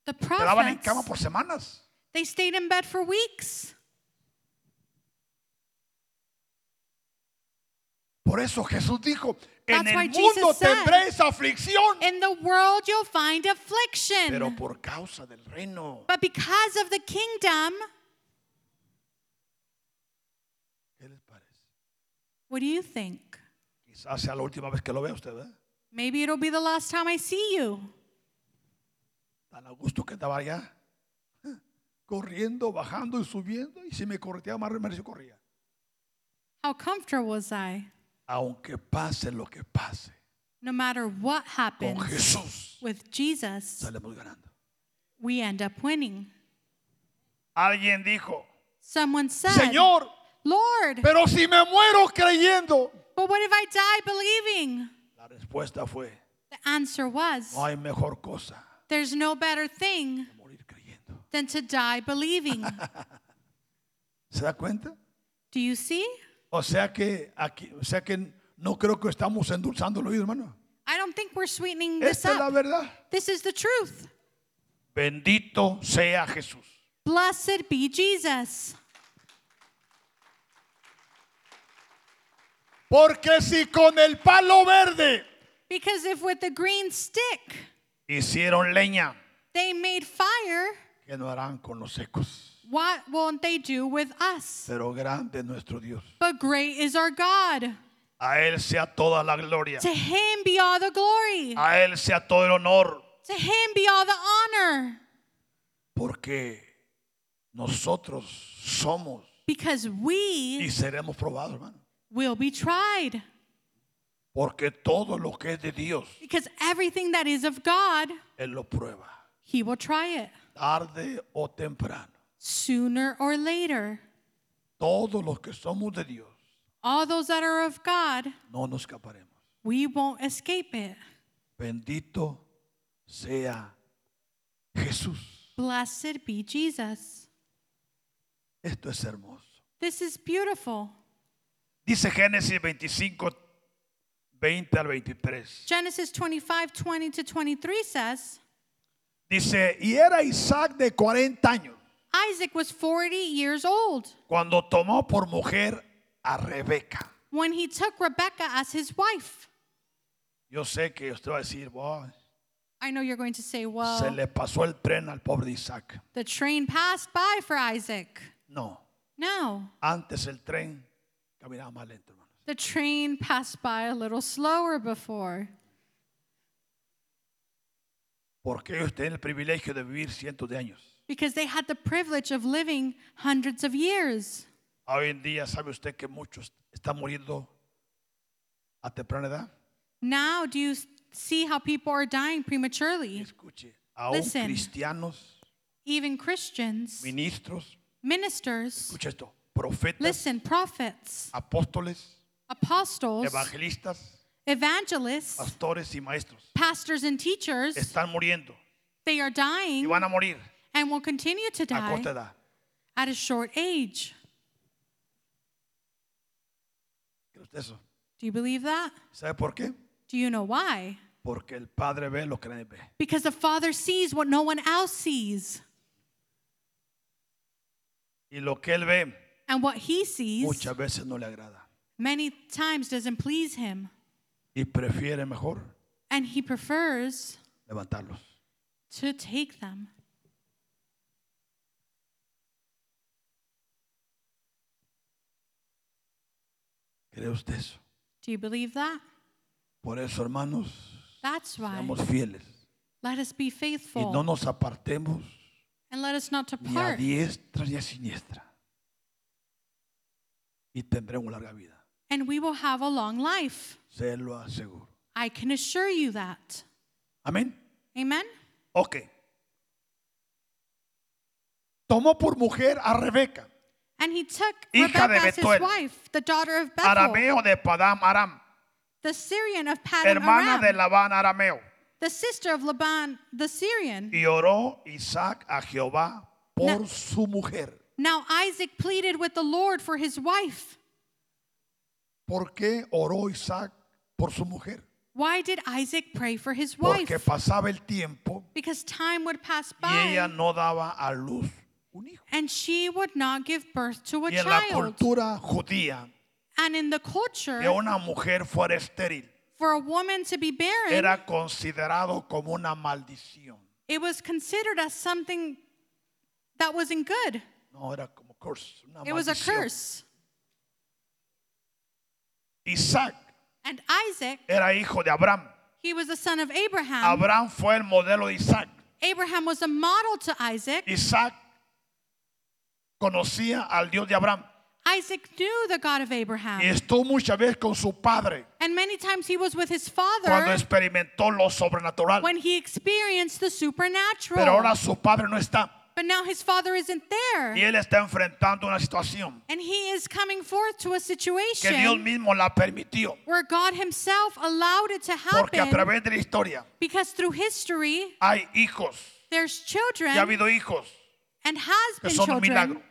B: The
A: quedaban en cama
B: prophets,
A: por semanas.
B: they stayed in bed for weeks.
A: Por eso Jesús dijo, en
B: That's why
A: el
B: Jesus
A: mundo
B: said,
A: tendréis aflicción,
B: In the world, you'll find
A: pero
B: affliction.
A: por causa del reino.
B: But because of the kingdom,
A: ¿Qué les parece?
B: What do you think?
A: Quizás sea la última vez que lo vea usted, ¿verdad?
B: Maybe it'll be the last time I see you.
A: Tan a gusto que estaba allá. <laughs> ¿eh? Corriendo, bajando y subiendo. Y si me correteaba más, remercio corría.
B: How comfortable was I?
A: Aunque pase lo que pase,
B: No matter what
A: con
B: happens
A: Jesús
B: with Jesus,
A: salimos ganando.
B: we end up winning.
A: Alguien dijo,
B: Someone said,
A: Señor,
B: Lord,
A: pero si me muero creyendo.
B: but what if I die believing?
A: La respuesta fue,
B: The answer was,
A: no hay mejor cosa
B: there's no better thing
A: que morir creyendo.
B: than to die believing.
A: ¿Se da cuenta?
B: do you see?
A: O sea que aquí, o sea que no creo que estamos endulzando el oído, hermano.
B: I don't think we're sweetening this
A: Esta es la
B: up.
A: verdad.
B: This is the truth.
A: Bendito sea Jesús.
B: Blessed be Jesus.
A: Porque si con el palo verde
B: Because if with the green stick
A: hicieron leña,
B: they made fire,
A: ¿qué no harán con los secos?
B: what won't they do with us?
A: Pero grande es nuestro Dios.
B: But great is our God.
A: A Él sea toda la gloria.
B: To him be all the glory.
A: A Él sea todo el honor.
B: To him be all the honor.
A: Porque nosotros somos
B: Because
A: y
B: we
A: seremos probados, hermano.
B: will be tried.
A: Porque todo lo que es de Dios,
B: Because everything that is of God,
A: Él lo prueba.
B: he will try it.
A: Tarde o temprano.
B: Sooner or later,
A: Todos los que somos de Dios,
B: all those that are of God,
A: no nos escaparemos.
B: we won't escape it.
A: Bendito sea Jesús.
B: Blessed be Jesus.
A: Esto es hermoso.
B: This is beautiful.
A: Dice Génesis 25, 20 al 23.
B: Genesis 25, 20 to 23 says
A: Dice, y era Isaac de 40 años
B: Isaac was 40 years old
A: cuando tomó por mujer a Rebeca.
B: when he took Rebekah as his wife.
A: Yo sé que usted va a decir, "Wow,
B: I know you're going to say,
A: se
B: well,
A: le pasó el tren al pobre Isaac.
B: the train passed by for Isaac.
A: No,
B: No,
A: antes el tren caminaba más lento, hermanos.
B: the train passed by a little slower before
A: Porque usted tiene el privilegio de vivir cientos de años.
B: because they had the privilege of living hundreds of years.
A: Hoy en día sabe usted que muchos están muriendo a temprana edad.
B: Now, do you s- see how people are dying prematurely?
A: Escuche, aún
B: Listen.
A: cristianos,
B: Even Christians,
A: ministros,
B: ministers,
A: escuche esto, profetas,
B: listen, prophets,
A: apóstoles,
B: apostles,
A: evangelistas,
B: evangelists,
A: pastores y maestros
B: pastors, and teachers,
A: están muriendo
B: they are
A: y
B: dying
A: van a morir
B: and will continue to
A: a corta
B: die
A: edad.
B: at a short age.
A: ¿Cree usted eso?
B: Do you believe that?
A: ¿Sabe por qué?
B: Do you know why?
A: Porque el Padre ve lo que nadie ve.
B: Because the Father sees what no one else sees.
A: Y lo que Él ve
B: And what He sees
A: muchas veces no le agrada.
B: many times doesn't please Him.
A: Y prefiere mejor
B: And He prefers
A: levantarlos.
B: to take them.
A: ¿Cree usted eso?
B: Do you believe that?
A: Por eso, hermanos,
B: That's why.
A: seamos fieles.
B: Let us be
A: y
B: faithful
A: no nos apartemos
B: and let us not
A: ni a
B: depart.
A: diestra ni a siniestra. Y tendremos larga vida.
B: And we will have a long life.
A: Se lo aseguro.
B: I can assure you that.
A: Amén.
B: Amen?
A: Ok. Tomó por mujer a Rebeca,
B: And he took
A: Hija de
B: Rebekah as his
A: Betuel.
B: wife, the daughter of Bethel,
A: arameo de Padam Aram,
B: the Syrian of Paddan
A: hermana
B: Aram,
A: de Labán arameo.
B: the sister of Laban the Syrian.
A: Y oró Isaac a Jehová por su mujer.
B: Now Isaac pleaded with the Lord for his wife.
A: ¿Por qué oró Isaac por su mujer?
B: Why did Isaac pray for his wife?
A: Porque pasaba el tiempo
B: Because time would pass
A: y ella
B: by
A: no daba a luz un hijo.
B: and she would not give birth to a
A: Y en la
B: child.
A: cultura judía,
B: And in the
A: que
B: culture,
A: una mujer fuera estéril
B: for a woman to be barren
A: era considerado como una maldición.
B: it was considered as something that wasn't good.
A: No, era como curse, una
B: It was a
A: maldición.
B: curse.
A: Isaac
B: And Isaac,
A: era hijo de Abraham.
B: he was the son of Abraham.
A: Abraham fue el modelo de Isaac.
B: Abraham was a model to Isaac.
A: Isaac conocía al Dios de Abraham
B: Isaac knew the God of
A: y
B: Abraham.
A: estuvo muchas veces con su padre
B: And many times he was with his
A: cuando
B: father
A: experimentó lo sobrenatural.
B: when he experienced the
A: Pero ahora
B: supernatural.
A: su padre no está
B: But now his father isn't
A: y
B: there.
A: él está enfrentando una situación
B: And he is coming forth to a
A: que Dios
B: situation
A: mismo la permitió
B: where God himself allowed it to
A: porque a
B: happen
A: través de la historia
B: because through history,
A: hay hijos
B: there's
A: y ha
B: children
A: habido hijos
B: and has
A: que
B: been
A: son un
B: children
A: milagro.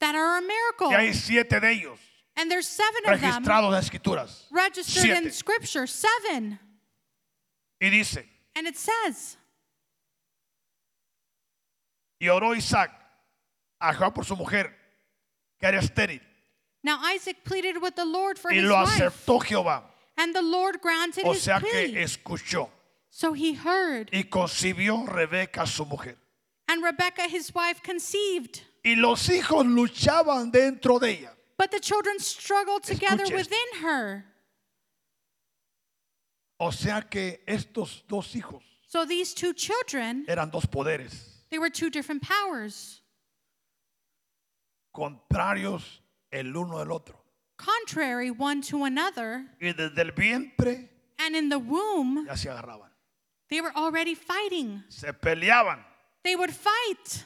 B: that are
A: y
B: a
A: hay
B: miracle.
A: siete de ellos
B: And there's seven of them
A: registrados en las escrituras
B: registered in
A: Siete.
B: scripture. Seven.
A: y dice
B: And it says,
A: y oró Isaac a Jehová por su mujer que era estéril
B: Now Isaac pleaded with the Lord for
A: y
B: his
A: lo
B: wife,
A: aceptó Jehová
B: and the Lord granted
A: o
B: his
A: sea que
B: plea.
A: escuchó
B: So he heard,
A: y concibió Rebeca su mujer
B: and Rebekah his wife conceived.
A: y los hijos luchaban dentro de ella
B: But the children struggled together
A: Escuche esto.
B: within her.
A: o sea que estos dos hijos
B: So these two children,
A: eran dos poderes
B: they were two different powers,
A: contrarios el uno del otro
B: contrary one to another.
A: y desde el vientre
B: And in the womb,
A: ya se agarraban
B: they were already fighting.
A: se peleaban
B: They would fight.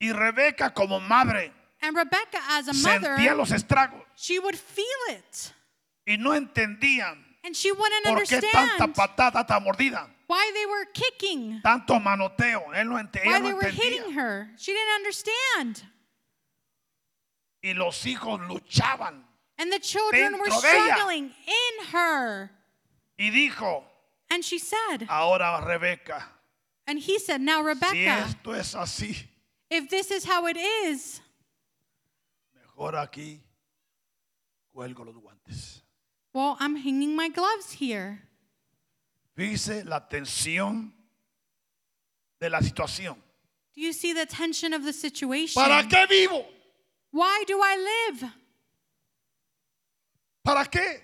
A: y Rebeca como madre
B: And Rebekah, as a
A: sentía
B: mother,
A: los estragos
B: she would feel it.
A: y no entendían
B: And she wouldn't
A: por qué tanta
B: understand
A: patada, tanta mordida,
B: why they were kicking.
A: tanto manoteo. Él no ente- ella
B: why
A: no
B: they were hitting
A: entendía.
B: her. She didn't understand.
A: Y los hijos luchaban
B: And the children were
A: Dentro de ella.
B: struggling in her.
A: y dijo,
B: And she said,
A: ahora Rebeca,
B: and he said, Now,
A: si
B: Rebecca,
A: esto es así,
B: if this is how it is,
A: mejor aquí cuelgo los guantes.
B: well, I'm hanging my gloves here.
A: Fíjese la tensión de la situación.
B: Do you see the tension of the situation?
A: ¿Para qué vivo?
B: Why do I live?
A: ¿Para qué?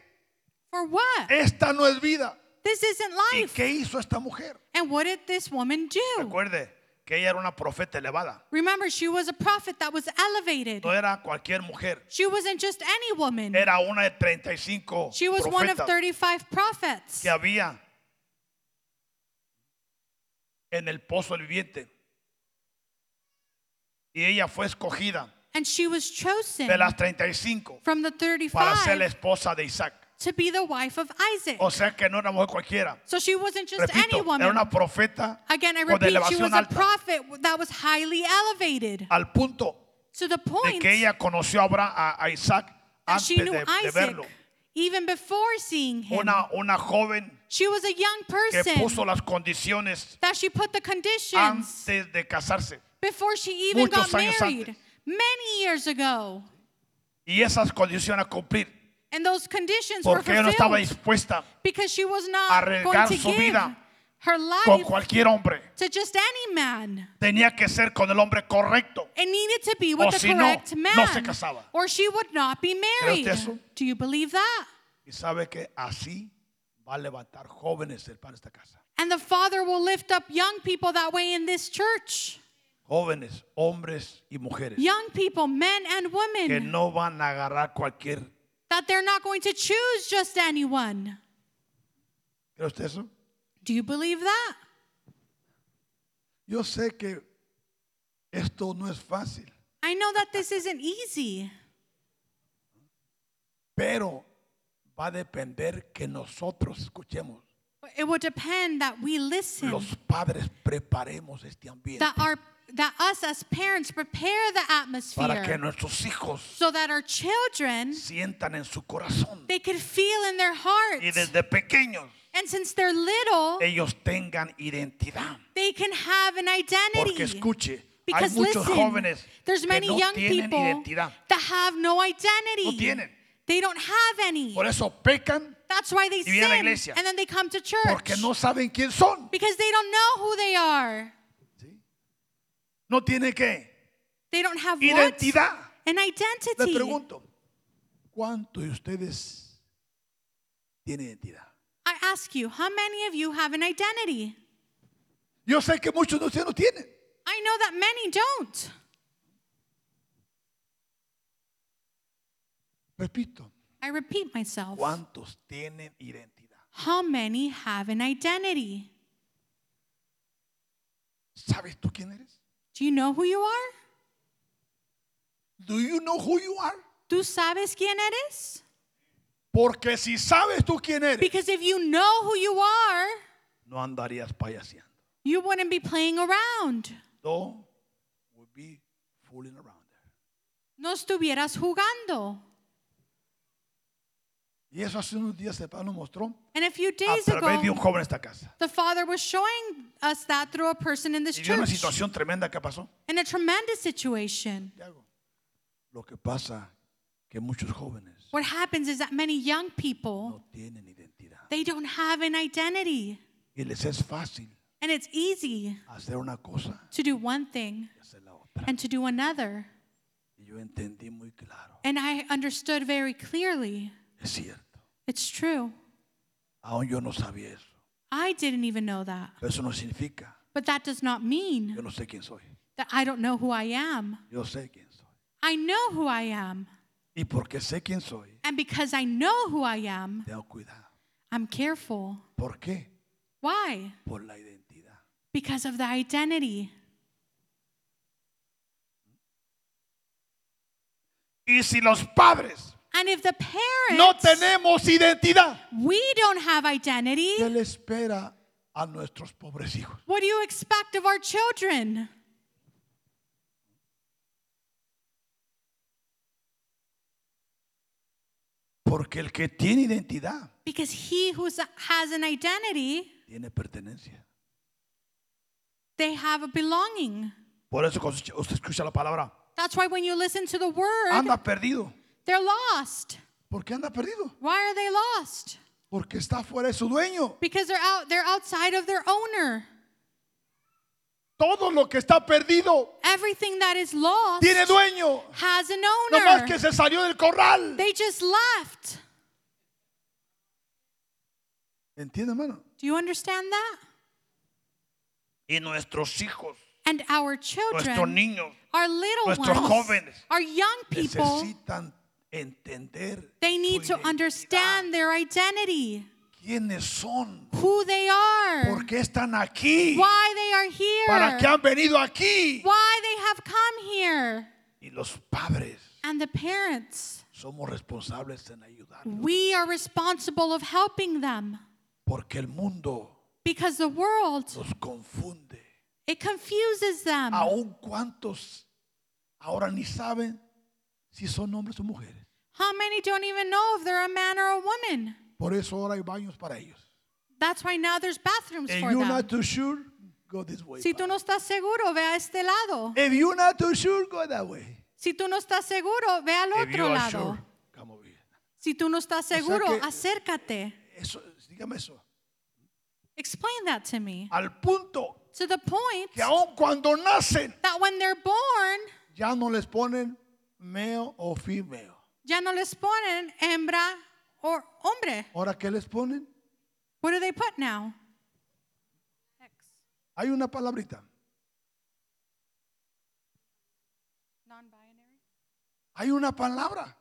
B: For what?
A: Esta no es vida.
B: This isn't
A: Eh, ¿Y
B: life.
A: qué hizo esta mujer?
B: And what did this woman do?
A: Recuerde que ella era una profeta elevada.
B: Remember, she was a prophet that was elevated.
A: No era cualquier mujer.
B: She wasn't just any woman,
A: Era una de 35
B: she was one of
A: profetas
B: 35 prophets.
A: que había en el pozo del viviente. Y ella fue escogida
B: And she was chosen
A: de las 35
B: from the
A: para ser la
B: 35
A: esposa de Isaac.
B: to be the wife of Isaac.
A: O sea que no era mujer cualquiera.
B: So she wasn't just any
A: Repito, era
B: woman.
A: una profeta
B: Again, I
A: con
B: repeat, she was
A: elevación
B: a
A: alta.
B: prophet that was highly elevated
A: Al punto
B: to the
A: de
B: point
A: que ella conoció a, Abra- a- a Isaac
B: that
A: antes
B: she
A: de,
B: knew
A: de
B: Isaac
A: verlo.
B: even before seeing him.
A: Una, una joven
B: She was a young
A: que puso
B: person
A: las condiciones
B: that she put the conditions
A: antes de casarse.
B: before she even
A: muchos
B: got
A: años
B: married
A: antes.
B: many years ago.
A: Y esas condiciones a cumplir.
B: And those conditions were
A: Porque ella no estaba
B: fulfilled
A: dispuesta
B: because she was not going
A: arriesgar
B: to
A: su
B: give
A: vida
B: her
A: con
B: life
A: cualquier hombre.
B: to just any man.
A: Tenía que ser con el hombre correcto.
B: It needed to be
A: O
B: with
A: si
B: the
A: no,
B: correct
A: no
B: man,
A: se casaba.
B: or she would not be
A: usted
B: married.
A: eso?
B: Do you believe that?
A: Y sabe que así va a levantar jóvenes el pan de esta casa.
B: And the Father will lift up young people that way in this church.
A: Jóvenes, hombres y mujeres.
B: Young people, men
A: Que
B: and women,
A: no van a agarrar cualquier.
B: that they're not going to choose just anyone.
A: ¿Cree usted eso?
B: Do you believe that?
A: Yo sé que esto no es fácil,
B: I know that this isn't easy,
A: pero va a depender que nosotros escuchemos.
B: but it will depend that we listen,
A: Los padres preparemos este ambiente
B: that our that us as parents prepare the
A: para que
B: atmosphere
A: nuestros hijos
B: so that our children
A: sientan en su corazón
B: they can feel in their
A: y
B: hearts
A: desde pequeños
B: And since they're little,
A: ellos tengan identidad.
B: they can have an
A: Porque
B: identity.
A: escuche, hay
B: Because
A: muchos
B: listen,
A: jóvenes
B: there's
A: que
B: many
A: no
B: young
A: tienen
B: people
A: identidad.
B: that have no identity.
A: tienen.
B: They don't have any.
A: Por eso pecan
B: That's why they
A: Y vienen a la
B: sin
A: iglesia.
B: and then they come to
A: porque
B: church
A: no saben quién son.
B: because they don't know who they are.
A: No tienen qué
B: They don't have what?
A: identidad.
B: An
A: Les
B: identity.
A: pregunto, ¿Cuántos de ustedes tienen identidad?
B: I ask you, how many of you have an identity?
A: Yo sé que muchos de ustedes no tienen.
B: I know that many don't.
A: Repito,
B: I repeat myself.
A: ¿cuántos tienen identidad?
B: How many have an identity?
A: ¿Sabes tú quién eres?
B: Do you know who you are?
A: Do you know who you are?
B: ¿Tú sabes quién eres?
A: Porque si sabes tú quién eres,
B: Because if you know who you are,
A: no andarías payaseando.
B: you wouldn't be playing around.
A: Don't would be fooling around there.
B: No estuvieras jugando.
A: Y eso hace unos días el Padre nos mostró
B: And a few
A: a
B: days
A: través de un
B: ago,
A: joven en esta casa.
B: the Father was showing us that through a person in this
A: Y vio una
B: church
A: situación tremenda que pasó.
B: in a tremendous situation.
A: ¿Qué hago? Lo que pasa que muchos jóvenes
B: What happens is that many young people,
A: no tienen identidad.
B: they don't have an identity.
A: Y les es fácil
B: And it's easy
A: hacer una cosa
B: to do one thing
A: y hacer la otra.
B: and to do another.
A: Y yo entendí muy claro.
B: And I understood very clearly.
A: Es cierto.
B: It's true.
A: Aún yo no sabía eso.
B: I didn't even know that.
A: Pero eso no significa.
B: But that does not mean
A: Yo no sé quién soy.
B: that I don't know who I am.
A: Yo sé quién soy.
B: I know who I am.
A: Y porque sé quién soy,
B: And because I know who I am,
A: tengo cuidado.
B: I'm careful.
A: ¿Por qué?
B: Why?
A: Por la identidad.
B: Because of the identity.
A: Y si los padres
B: And if the
A: no
B: parents,
A: tenemos identidad,
B: we don't have identity,
A: ¿qué le espera a nuestros pobres hijos?
B: what do you expect of our children?
A: Porque el que tiene identidad
B: Because he who has an identity,
A: tiene pertenencia.
B: they have a belonging.
A: Por eso cuando usted- usted escucha la palabra,
B: That's why when you listen to the word,
A: anda perdido.
B: they're lost.
A: ¿Por qué anda perdido?
B: Why are they lost?
A: Porque está fuera de su dueño.
B: Because they're out they're outside of their owner.
A: Todo lo que está perdido
B: Everything that is lost
A: tiene dueño.
B: has an
A: No más
B: owner.
A: que se salió del corral.
B: They just left.
A: ¿Entiende, hermano?
B: Do you understand that?
A: Y nuestros hijos,
B: And our
A: nuestros
B: children,
A: niños,
B: our little
A: nuestros
B: ones,
A: jóvenes
B: our young people,
A: necesitan entender
B: they need
A: su
B: to
A: identidad.
B: understand their identity,
A: quiénes son,
B: who they are,
A: por qué están aquí,
B: why they are
A: para qué
B: here,
A: han venido aquí.
B: why they have come here.
A: Y los padres
B: And the parents,
A: somos responsables en ayudarlos,
B: we are responsible of helping them
A: porque el mundo
B: because the world
A: nos confunde.
B: it confuses them.
A: Aún cuantos ahora ni saben si son hombres o mujeres.
B: How many don't even know if they're a man or a woman?
A: Por eso ahora hay baños para ellos.
B: That's why now there's bathrooms
A: If
B: for
A: you're
B: them.
A: not too sure, go this way.
B: Si tú no estás seguro, ve a este lado.
A: If you're not too sure, go that way.
B: Si tú no estás seguro, ve al
A: If you
B: otro
A: are
B: lado.
A: sure, come over here.
B: Si tú no estás
A: sea
B: seguro,
A: que-
B: acércate.
A: Eso, dígame eso.
B: Explain that to me.
A: Al punto
B: To the point
A: que aun cuando nacen
B: that when they're born,
A: ya no les ponen male o female.
B: ya no les ponen hembra or hombre.
A: Ahora qué les ponen?
B: What do they put now?
A: Hay una palabrita.
B: Non-binary.
A: Hay una palabra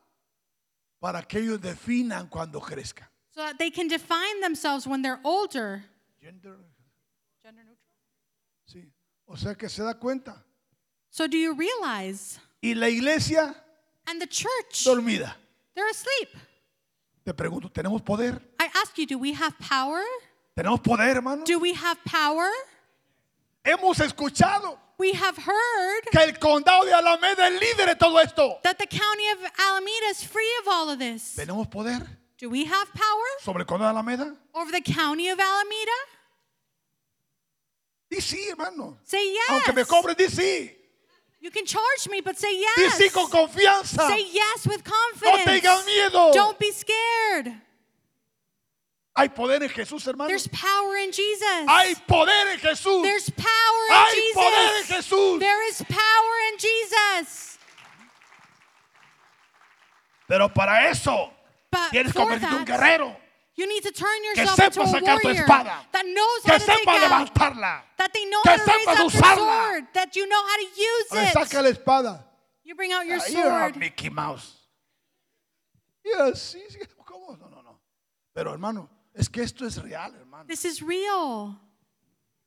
A: para que ellos definan cuando crezcan.
B: So that they can define themselves when they're older.
A: Gender,
B: Gender neutral.
A: sí. O sea que se da cuenta.
B: So do you realize?
A: Y la iglesia
B: And the church,
A: dormida.
B: they're asleep.
A: Te pregunto, ¿tenemos poder?
B: I ask you, do we have power?
A: ¿Tenemos poder, hermano?
B: Do we have power?
A: Hemos escuchado
B: We have heard
A: que el condado de Alameda es líder de todo esto.
B: that the county of Alameda is free of all of this.
A: ¿Tenemos poder
B: Do we have power
A: sobre el condado de Alameda?
B: over the county of Alameda?
A: Y sí, hermano.
B: Say
A: Aunque me
B: yes.
A: cobren, di sí.
B: You can charge me, but say
A: Di
B: yes.
A: sí con confianza.
B: Say yes with
A: No tengas
B: confidence.
A: miedo.
B: Don't be scared.
A: Hay poder en Jesús, hermano.
B: There's power in Jesus.
A: Hay poder en Jesús.
B: There's power in
A: Hay poder en
B: Jesus.
A: Jesús.
B: There is power in Jesus.
A: Pero para eso
B: But
A: tienes que
B: for
A: convertirte en un
B: that,
A: guerrero
B: You need to turn
A: que
B: yourself into
A: sepa
B: a
A: sacar tu
B: warrior
A: espada,
B: that knows how
A: que
B: to take
A: sepa
B: out,
A: levantarla,
B: that they know
A: que
B: how to
A: sepa
B: raise up your
A: usarla.
B: sword, that you know how to use
C: A ver,
B: it.
C: saca la espada.
B: You bring out your
A: Ahí era
B: sword.
A: Mickey Mouse.
C: Y así, sí,
A: ¿Cómo? No, no, no. Pero hermano, es que esto es real, hermano.
B: This is real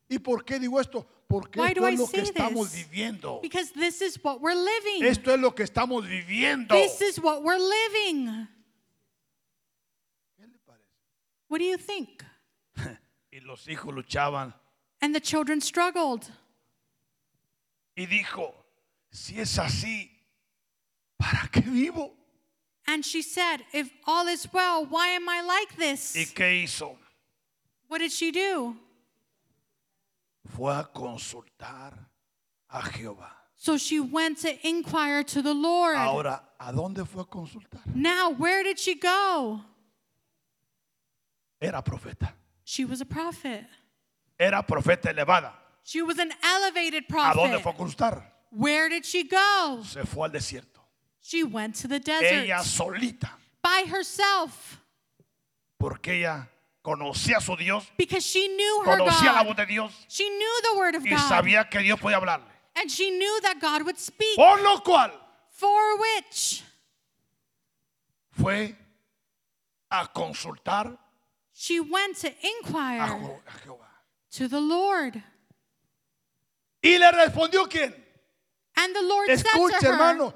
C: ¿Y por qué digo esto? Porque
B: Why
C: esto
B: do
C: es
B: I
C: lo que
B: say
C: estamos
B: this?
A: Viviendo.
B: because this is what we're living.
A: Esto es lo que estamos viviendo.
B: This is what we're living. What do you think?
A: Y los hijos luchaban.
B: And the children struggled.
A: Y dijo, si es así, ¿para qué vivo?
B: And she said, If all is well, why am I like
A: ¿Y
B: this?
A: qué hizo?
B: What did she do?
A: Fue a consultar a Jehová.
B: So she went to inquire to the Lord.
A: Ahora, ¿a dónde fue a consultar?
B: Now, where did she go?
A: Era profeta.
B: She was a prophet.
A: Era profeta elevada.
B: She was an elevated
A: ¿A dónde
B: prophet.
A: fue a consultar?
B: Where did she go?
A: Se fue al desierto.
B: She went to the
A: Ella
B: desert
A: solita.
B: by herself
A: Porque ella conocía a su Dios,
B: because she knew her
A: conocía la voz
B: Oh God.
A: de Dios
B: She knew the word of
A: y
B: God.
A: sabía Oh. que Dios podía hablarle.
B: And she knew that God would speak.
A: Por lo cual
B: For which
A: fue a consultar
B: she went to
A: a,
B: inquire
A: Jo- a Jehová.
B: to the Lord.
A: Y le respondió quién?
B: And the Lord said
C: Escucha,
B: to her,
C: hermano.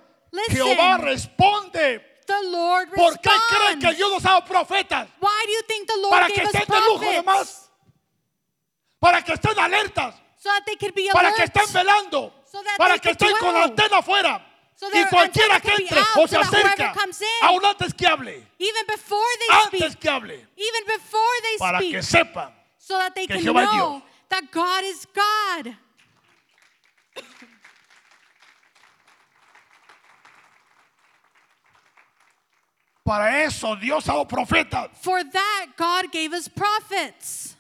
A: Jehová
B: Listen,
A: responde.
B: the Lord
A: ¿Por qué cree
B: responds.
A: que Dios nos ha dado profetas?
B: Why do you think the Lord
A: Para que
B: gave us
A: estén de lujo de
B: prophets?
A: más. Para que estén alertas.
B: So that they could be alert.
A: Para que estén velando.
B: So that
A: Para
B: they
A: que
B: could
A: estén con la
B: dwell.
A: antena afuera.
B: So
A: y
B: their
A: cualquiera
B: antenna
A: que
B: can be
A: entre
B: out,
A: o se
B: so that whoever
A: acerca,
B: comes in.
A: aún antes que hable,
B: Even before they
A: antes
B: speak,
A: que hable,
B: even before they
A: para
B: speak,
A: que sepan
B: so that they
A: que
B: can
A: Jehová es
B: know
A: Dios.
B: that God is God.
A: Para eso Dios ha dado profetas.
B: For that, God gave us prophets.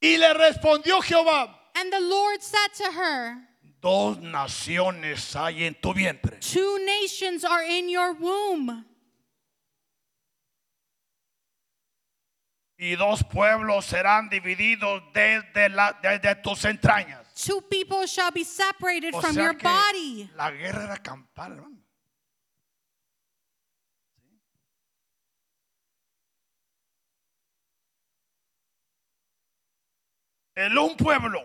A: Y le respondió Jehová,
B: And the Lord said to her,
A: dos naciones hay en tu vientre.
B: Two nations are in your womb,
A: Y dos pueblos serán divididos desde, la- desde tus entrañas.
B: two people shall be separated
A: O
B: from
A: sea
B: your
A: que
B: body.
A: La guerra era campal, hermano. El un pueblo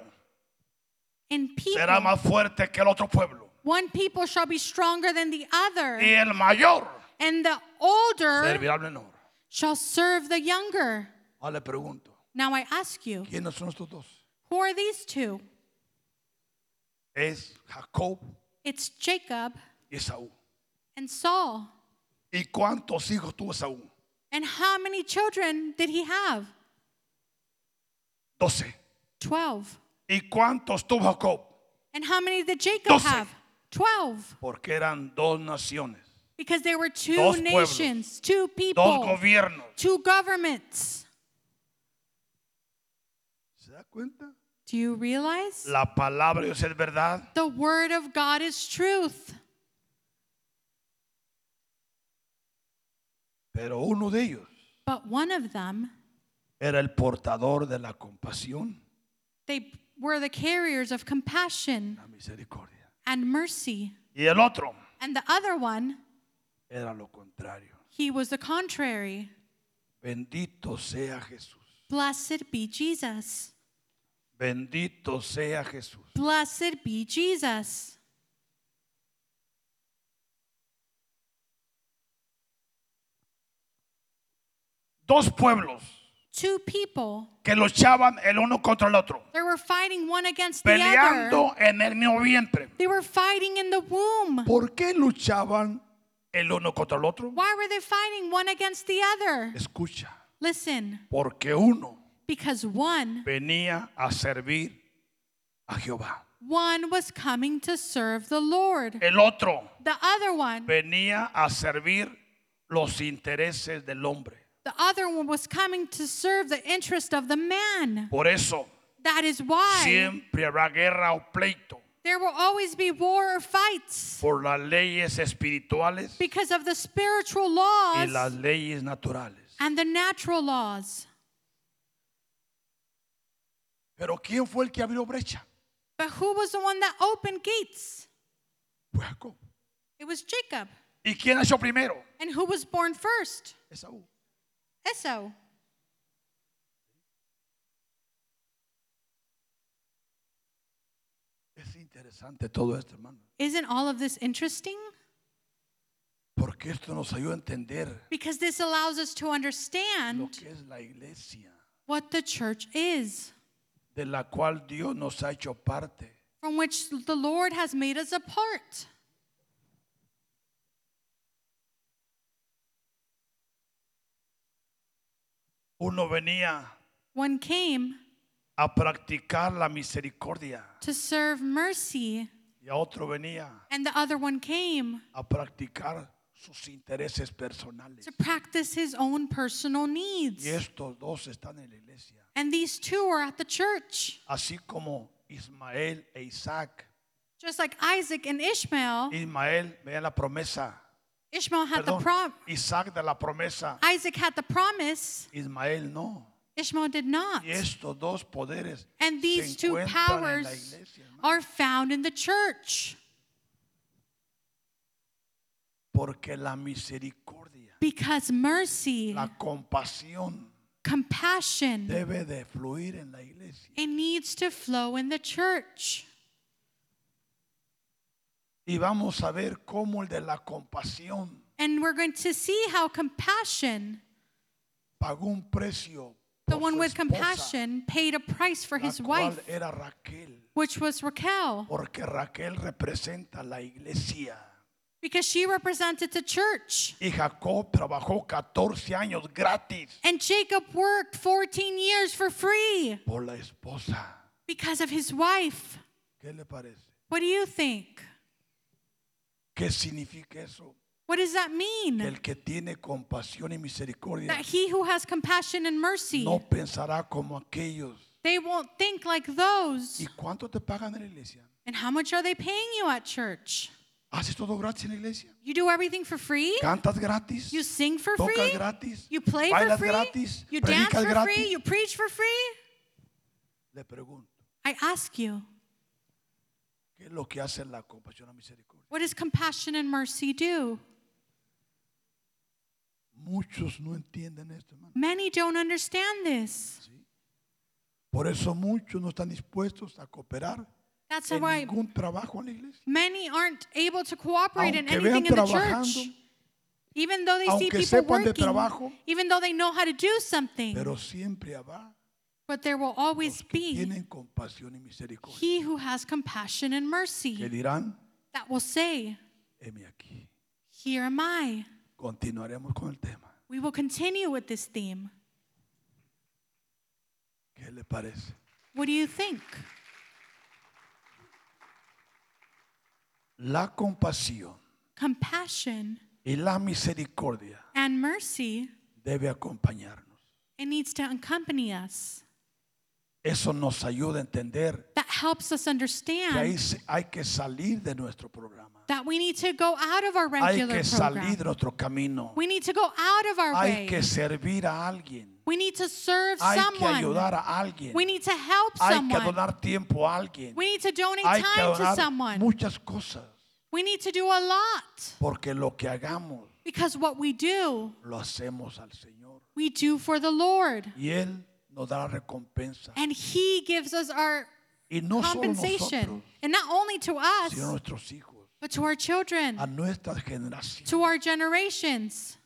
B: And people,
A: será más fuerte que el otro pueblo.
B: one people shall be stronger than the other,
A: Y el mayor
B: and the older
A: servirá al menor.
B: shall serve the younger.
A: Ahora le pregunto,
B: Now I ask you,
A: ¿quiénes son estos dos?
B: who are these two?
A: Es Jacob
B: It's Jacob
A: y Esaú.
B: and Saul.
A: ¿Y cuántos hijos tuvo Esaú?
B: And how many children did he have?
A: Doce.
B: 12.
A: ¿Y cuántos tuvo Jacob?
B: And how many did Jacob
A: Doce.
B: have? 12.
A: Porque eran dos naciones,
B: Because there were two
A: Dos pueblos.
B: nations, two
A: dos
B: people,
A: gobiernos.
B: two governments.
A: ¿Se da cuenta?
B: Do you realize?
A: La palabra de Dios es verdad.
B: The word of God is truth.
A: Pero uno de ellos
B: But one of them,
A: era el portador de la compasión,
B: they were the carriers of compassion
A: la misericordia.
B: and mercy.
A: Y el otro
B: And the other one,
A: era lo contrario.
B: he was the contrary.
A: Bendito sea Jesús.
B: Blessed be Jesus.
A: Bendito sea Jesús.
B: Blessed be Jesus.
A: Dos pueblos
B: Two people,
A: que luchaban el uno contra el otro,
B: they were fighting one against the other.
A: peleando en el mismo vientre.
B: They were fighting in the womb.
C: ¿por qué luchaban?
A: El uno contra el otro.
B: Why were they fighting one against the other?
A: Escucha,
B: Listen,
A: porque uno
B: because one,
A: venía a servir a Jehová.
B: one was coming to serve the Lord.
A: El otro
B: The other one,
A: venía a servir los intereses del hombre.
B: the other one was coming to serve the interest of the man.
A: Por eso
B: That is why
A: siempre habrá guerra o pleito
B: There will always be war or fights
A: por las leyes espirituales
B: because of the spiritual
A: y las
B: laws
A: leyes naturales.
B: and the natural laws.
A: Pero ¿quién fue el que abrió brecha?
B: But who was the one that opened gates?
A: Fue Jacob.
B: It was Jacob.
A: ¿Y quién nació primero?
B: And who was born first?
A: Esaú.
B: Esau.
A: Es interesante todo esto, hermano.
B: Isn't all of this interesting?
A: Porque esto nos ayuda a entender
B: Because this allows us to
A: lo
B: understand
A: que es la iglesia,
B: what the church is,
A: de la cual Dios nos ha hecho parte.
B: from which the Lord has made us a part.
A: Uno venía
B: One came
A: a practicar la misericordia
B: to serve mercy,
A: y a otro venía
B: and the other one came
A: a practicar sus intereses personales.
B: to practice his own personal needs.
A: Y estos dos están en la iglesia,
B: And these two are at the church,
A: así como Ismael e Isaac.
B: just like Isaac and Ishmael.
A: Ismael vea la promesa,
B: Ishmael Ah. had the
A: perdón,
B: prom.
A: Isaac de la promesa,
B: Isaac had the promise.
A: Ismael no.
B: Ishmael did not.
A: Y estos dos poderes
B: And these
A: se
B: two
A: encuentran en la
B: powers
A: iglesia, hermano,
B: are found in the church
A: porque la misericordia,
B: because mercy,
A: la compasión
B: compassion,
A: debe de fluir en la iglesia.
B: it needs to flow in the church.
A: Y vamos a ver cómo el de la compasión
B: And we're going to see how compassion,
A: pagó un precio
B: the
A: por
B: one
A: su
B: with
A: esposa,
B: compassion, paid a price for
A: la
B: his
A: cual
B: wife,
A: era Raquel,
B: which was Raquel,
A: porque Raquel representa la iglesia.
B: because she represented the church.
A: Y Jacob trabajó 14 años gratis
B: And Jacob worked 14 years for free
A: por la esposa.
B: because of his wife.
A: ¿Qué le parece?
B: What do you think?
A: ¿Qué significa eso?
B: What does that mean?
A: Que el que tiene compasión y misericordia
B: that he who has compassion and mercy,
A: no pensará como aquellos.
B: they won't think like those.
A: ¿Y cuánto te pagan en la iglesia?
B: And how much are they paying you at church?
A: ¿Haces todo gratis en la iglesia?
B: You do everything for free?
A: ¿Cantas gratis?
B: You sing for
A: ¿Tocas
B: free?
A: gratis?
B: You play for
A: ¿Bailas
B: free?
A: gratis?
B: You dance
A: ¿Predicas
B: for
A: gratis?
B: free? You preach for free?
A: Le pregunto,
B: I ask you,
A: ¿qué es lo que hace la compasión y la misericordia?
B: what does compassion and mercy do?
A: Muchos no entienden esto, hermano.
B: Many don't understand this.
A: Por eso muchos no están dispuestos a cooperar
B: That's
A: en
B: why
A: ningún trabajo en la iglesia.
B: many aren't able to cooperate in
A: Aunque vean
B: anything in the church.
A: trabajando,
B: Even though they see
A: aunque
B: people
A: sepan de
B: working,
A: trabajo,
B: even though they know how to do something,
A: Pero siempre habrá
B: but there will
A: los
B: always
A: que
B: be
A: tienen compasión y misericordia.
B: he who has compassion and
A: Que
B: mercy
A: dirán,
B: that will say,
A: heme aquí.
B: Here am I.
A: Continuaremos con el tema.
B: We will continue with this theme.
A: ¿Qué le parece?
B: What do you think?
A: La compasión
B: Compassion
A: y la misericordia
B: and mercy,
A: debe acompañarnos.
B: it needs to accompany us.
A: Eso nos ayuda a entender
B: That helps us
A: que ahí
B: understand
A: se- hay que salir de nuestro programa.
B: that we need to go out of our
A: Hay
B: regular
A: que salir
B: program.
A: de nuestro camino.
B: We need to go out of our
A: Hay
B: way.
A: que servir a alguien.
B: We need to serve
A: Hay que
B: someone.
A: ayudar a alguien.
B: We need to help
A: Hay que
B: someone.
A: donar tiempo a alguien.
B: We need to donate
A: Hay que
B: time to
A: donar
B: someone.
A: muchas cosas.
B: We need to do a lot
A: Porque lo que hagamos
B: because what we do,
A: lo hacemos al Señor.
B: we do for the Lord.
A: Y Él nos dará recompensa.
B: And He gives us our
A: Y no solo nosotros,
B: compensation. And not only to us,
A: sino nuestros hijos,
B: but to our children,
A: a nuestra generación.
B: to our generations.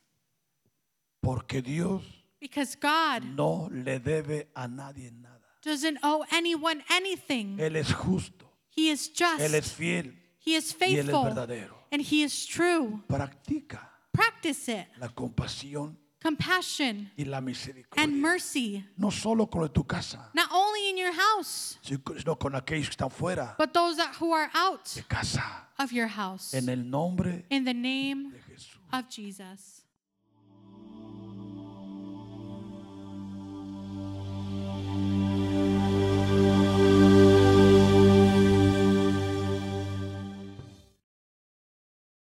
A: Porque Dios
B: Because God
A: no le debe a nadie nada.
B: doesn't owe anyone anything.
A: Él es justo,
B: He is
A: Él es
B: just,
A: fiel
B: He is
A: y Él es
B: faithful,
A: verdadero.
B: and He is true.
A: Practica
B: Practice it.
A: la compasión
B: Compassion
A: y la
B: and
A: misericordia.
B: mercy,
A: No solo con lo de tu casa,
B: not only in your house,
A: sino con aquellos que están fuera
B: but those that who are out
A: de casa.
B: of your house.
A: En el nombre
B: In the name
A: de Jesús.
B: of Jesus.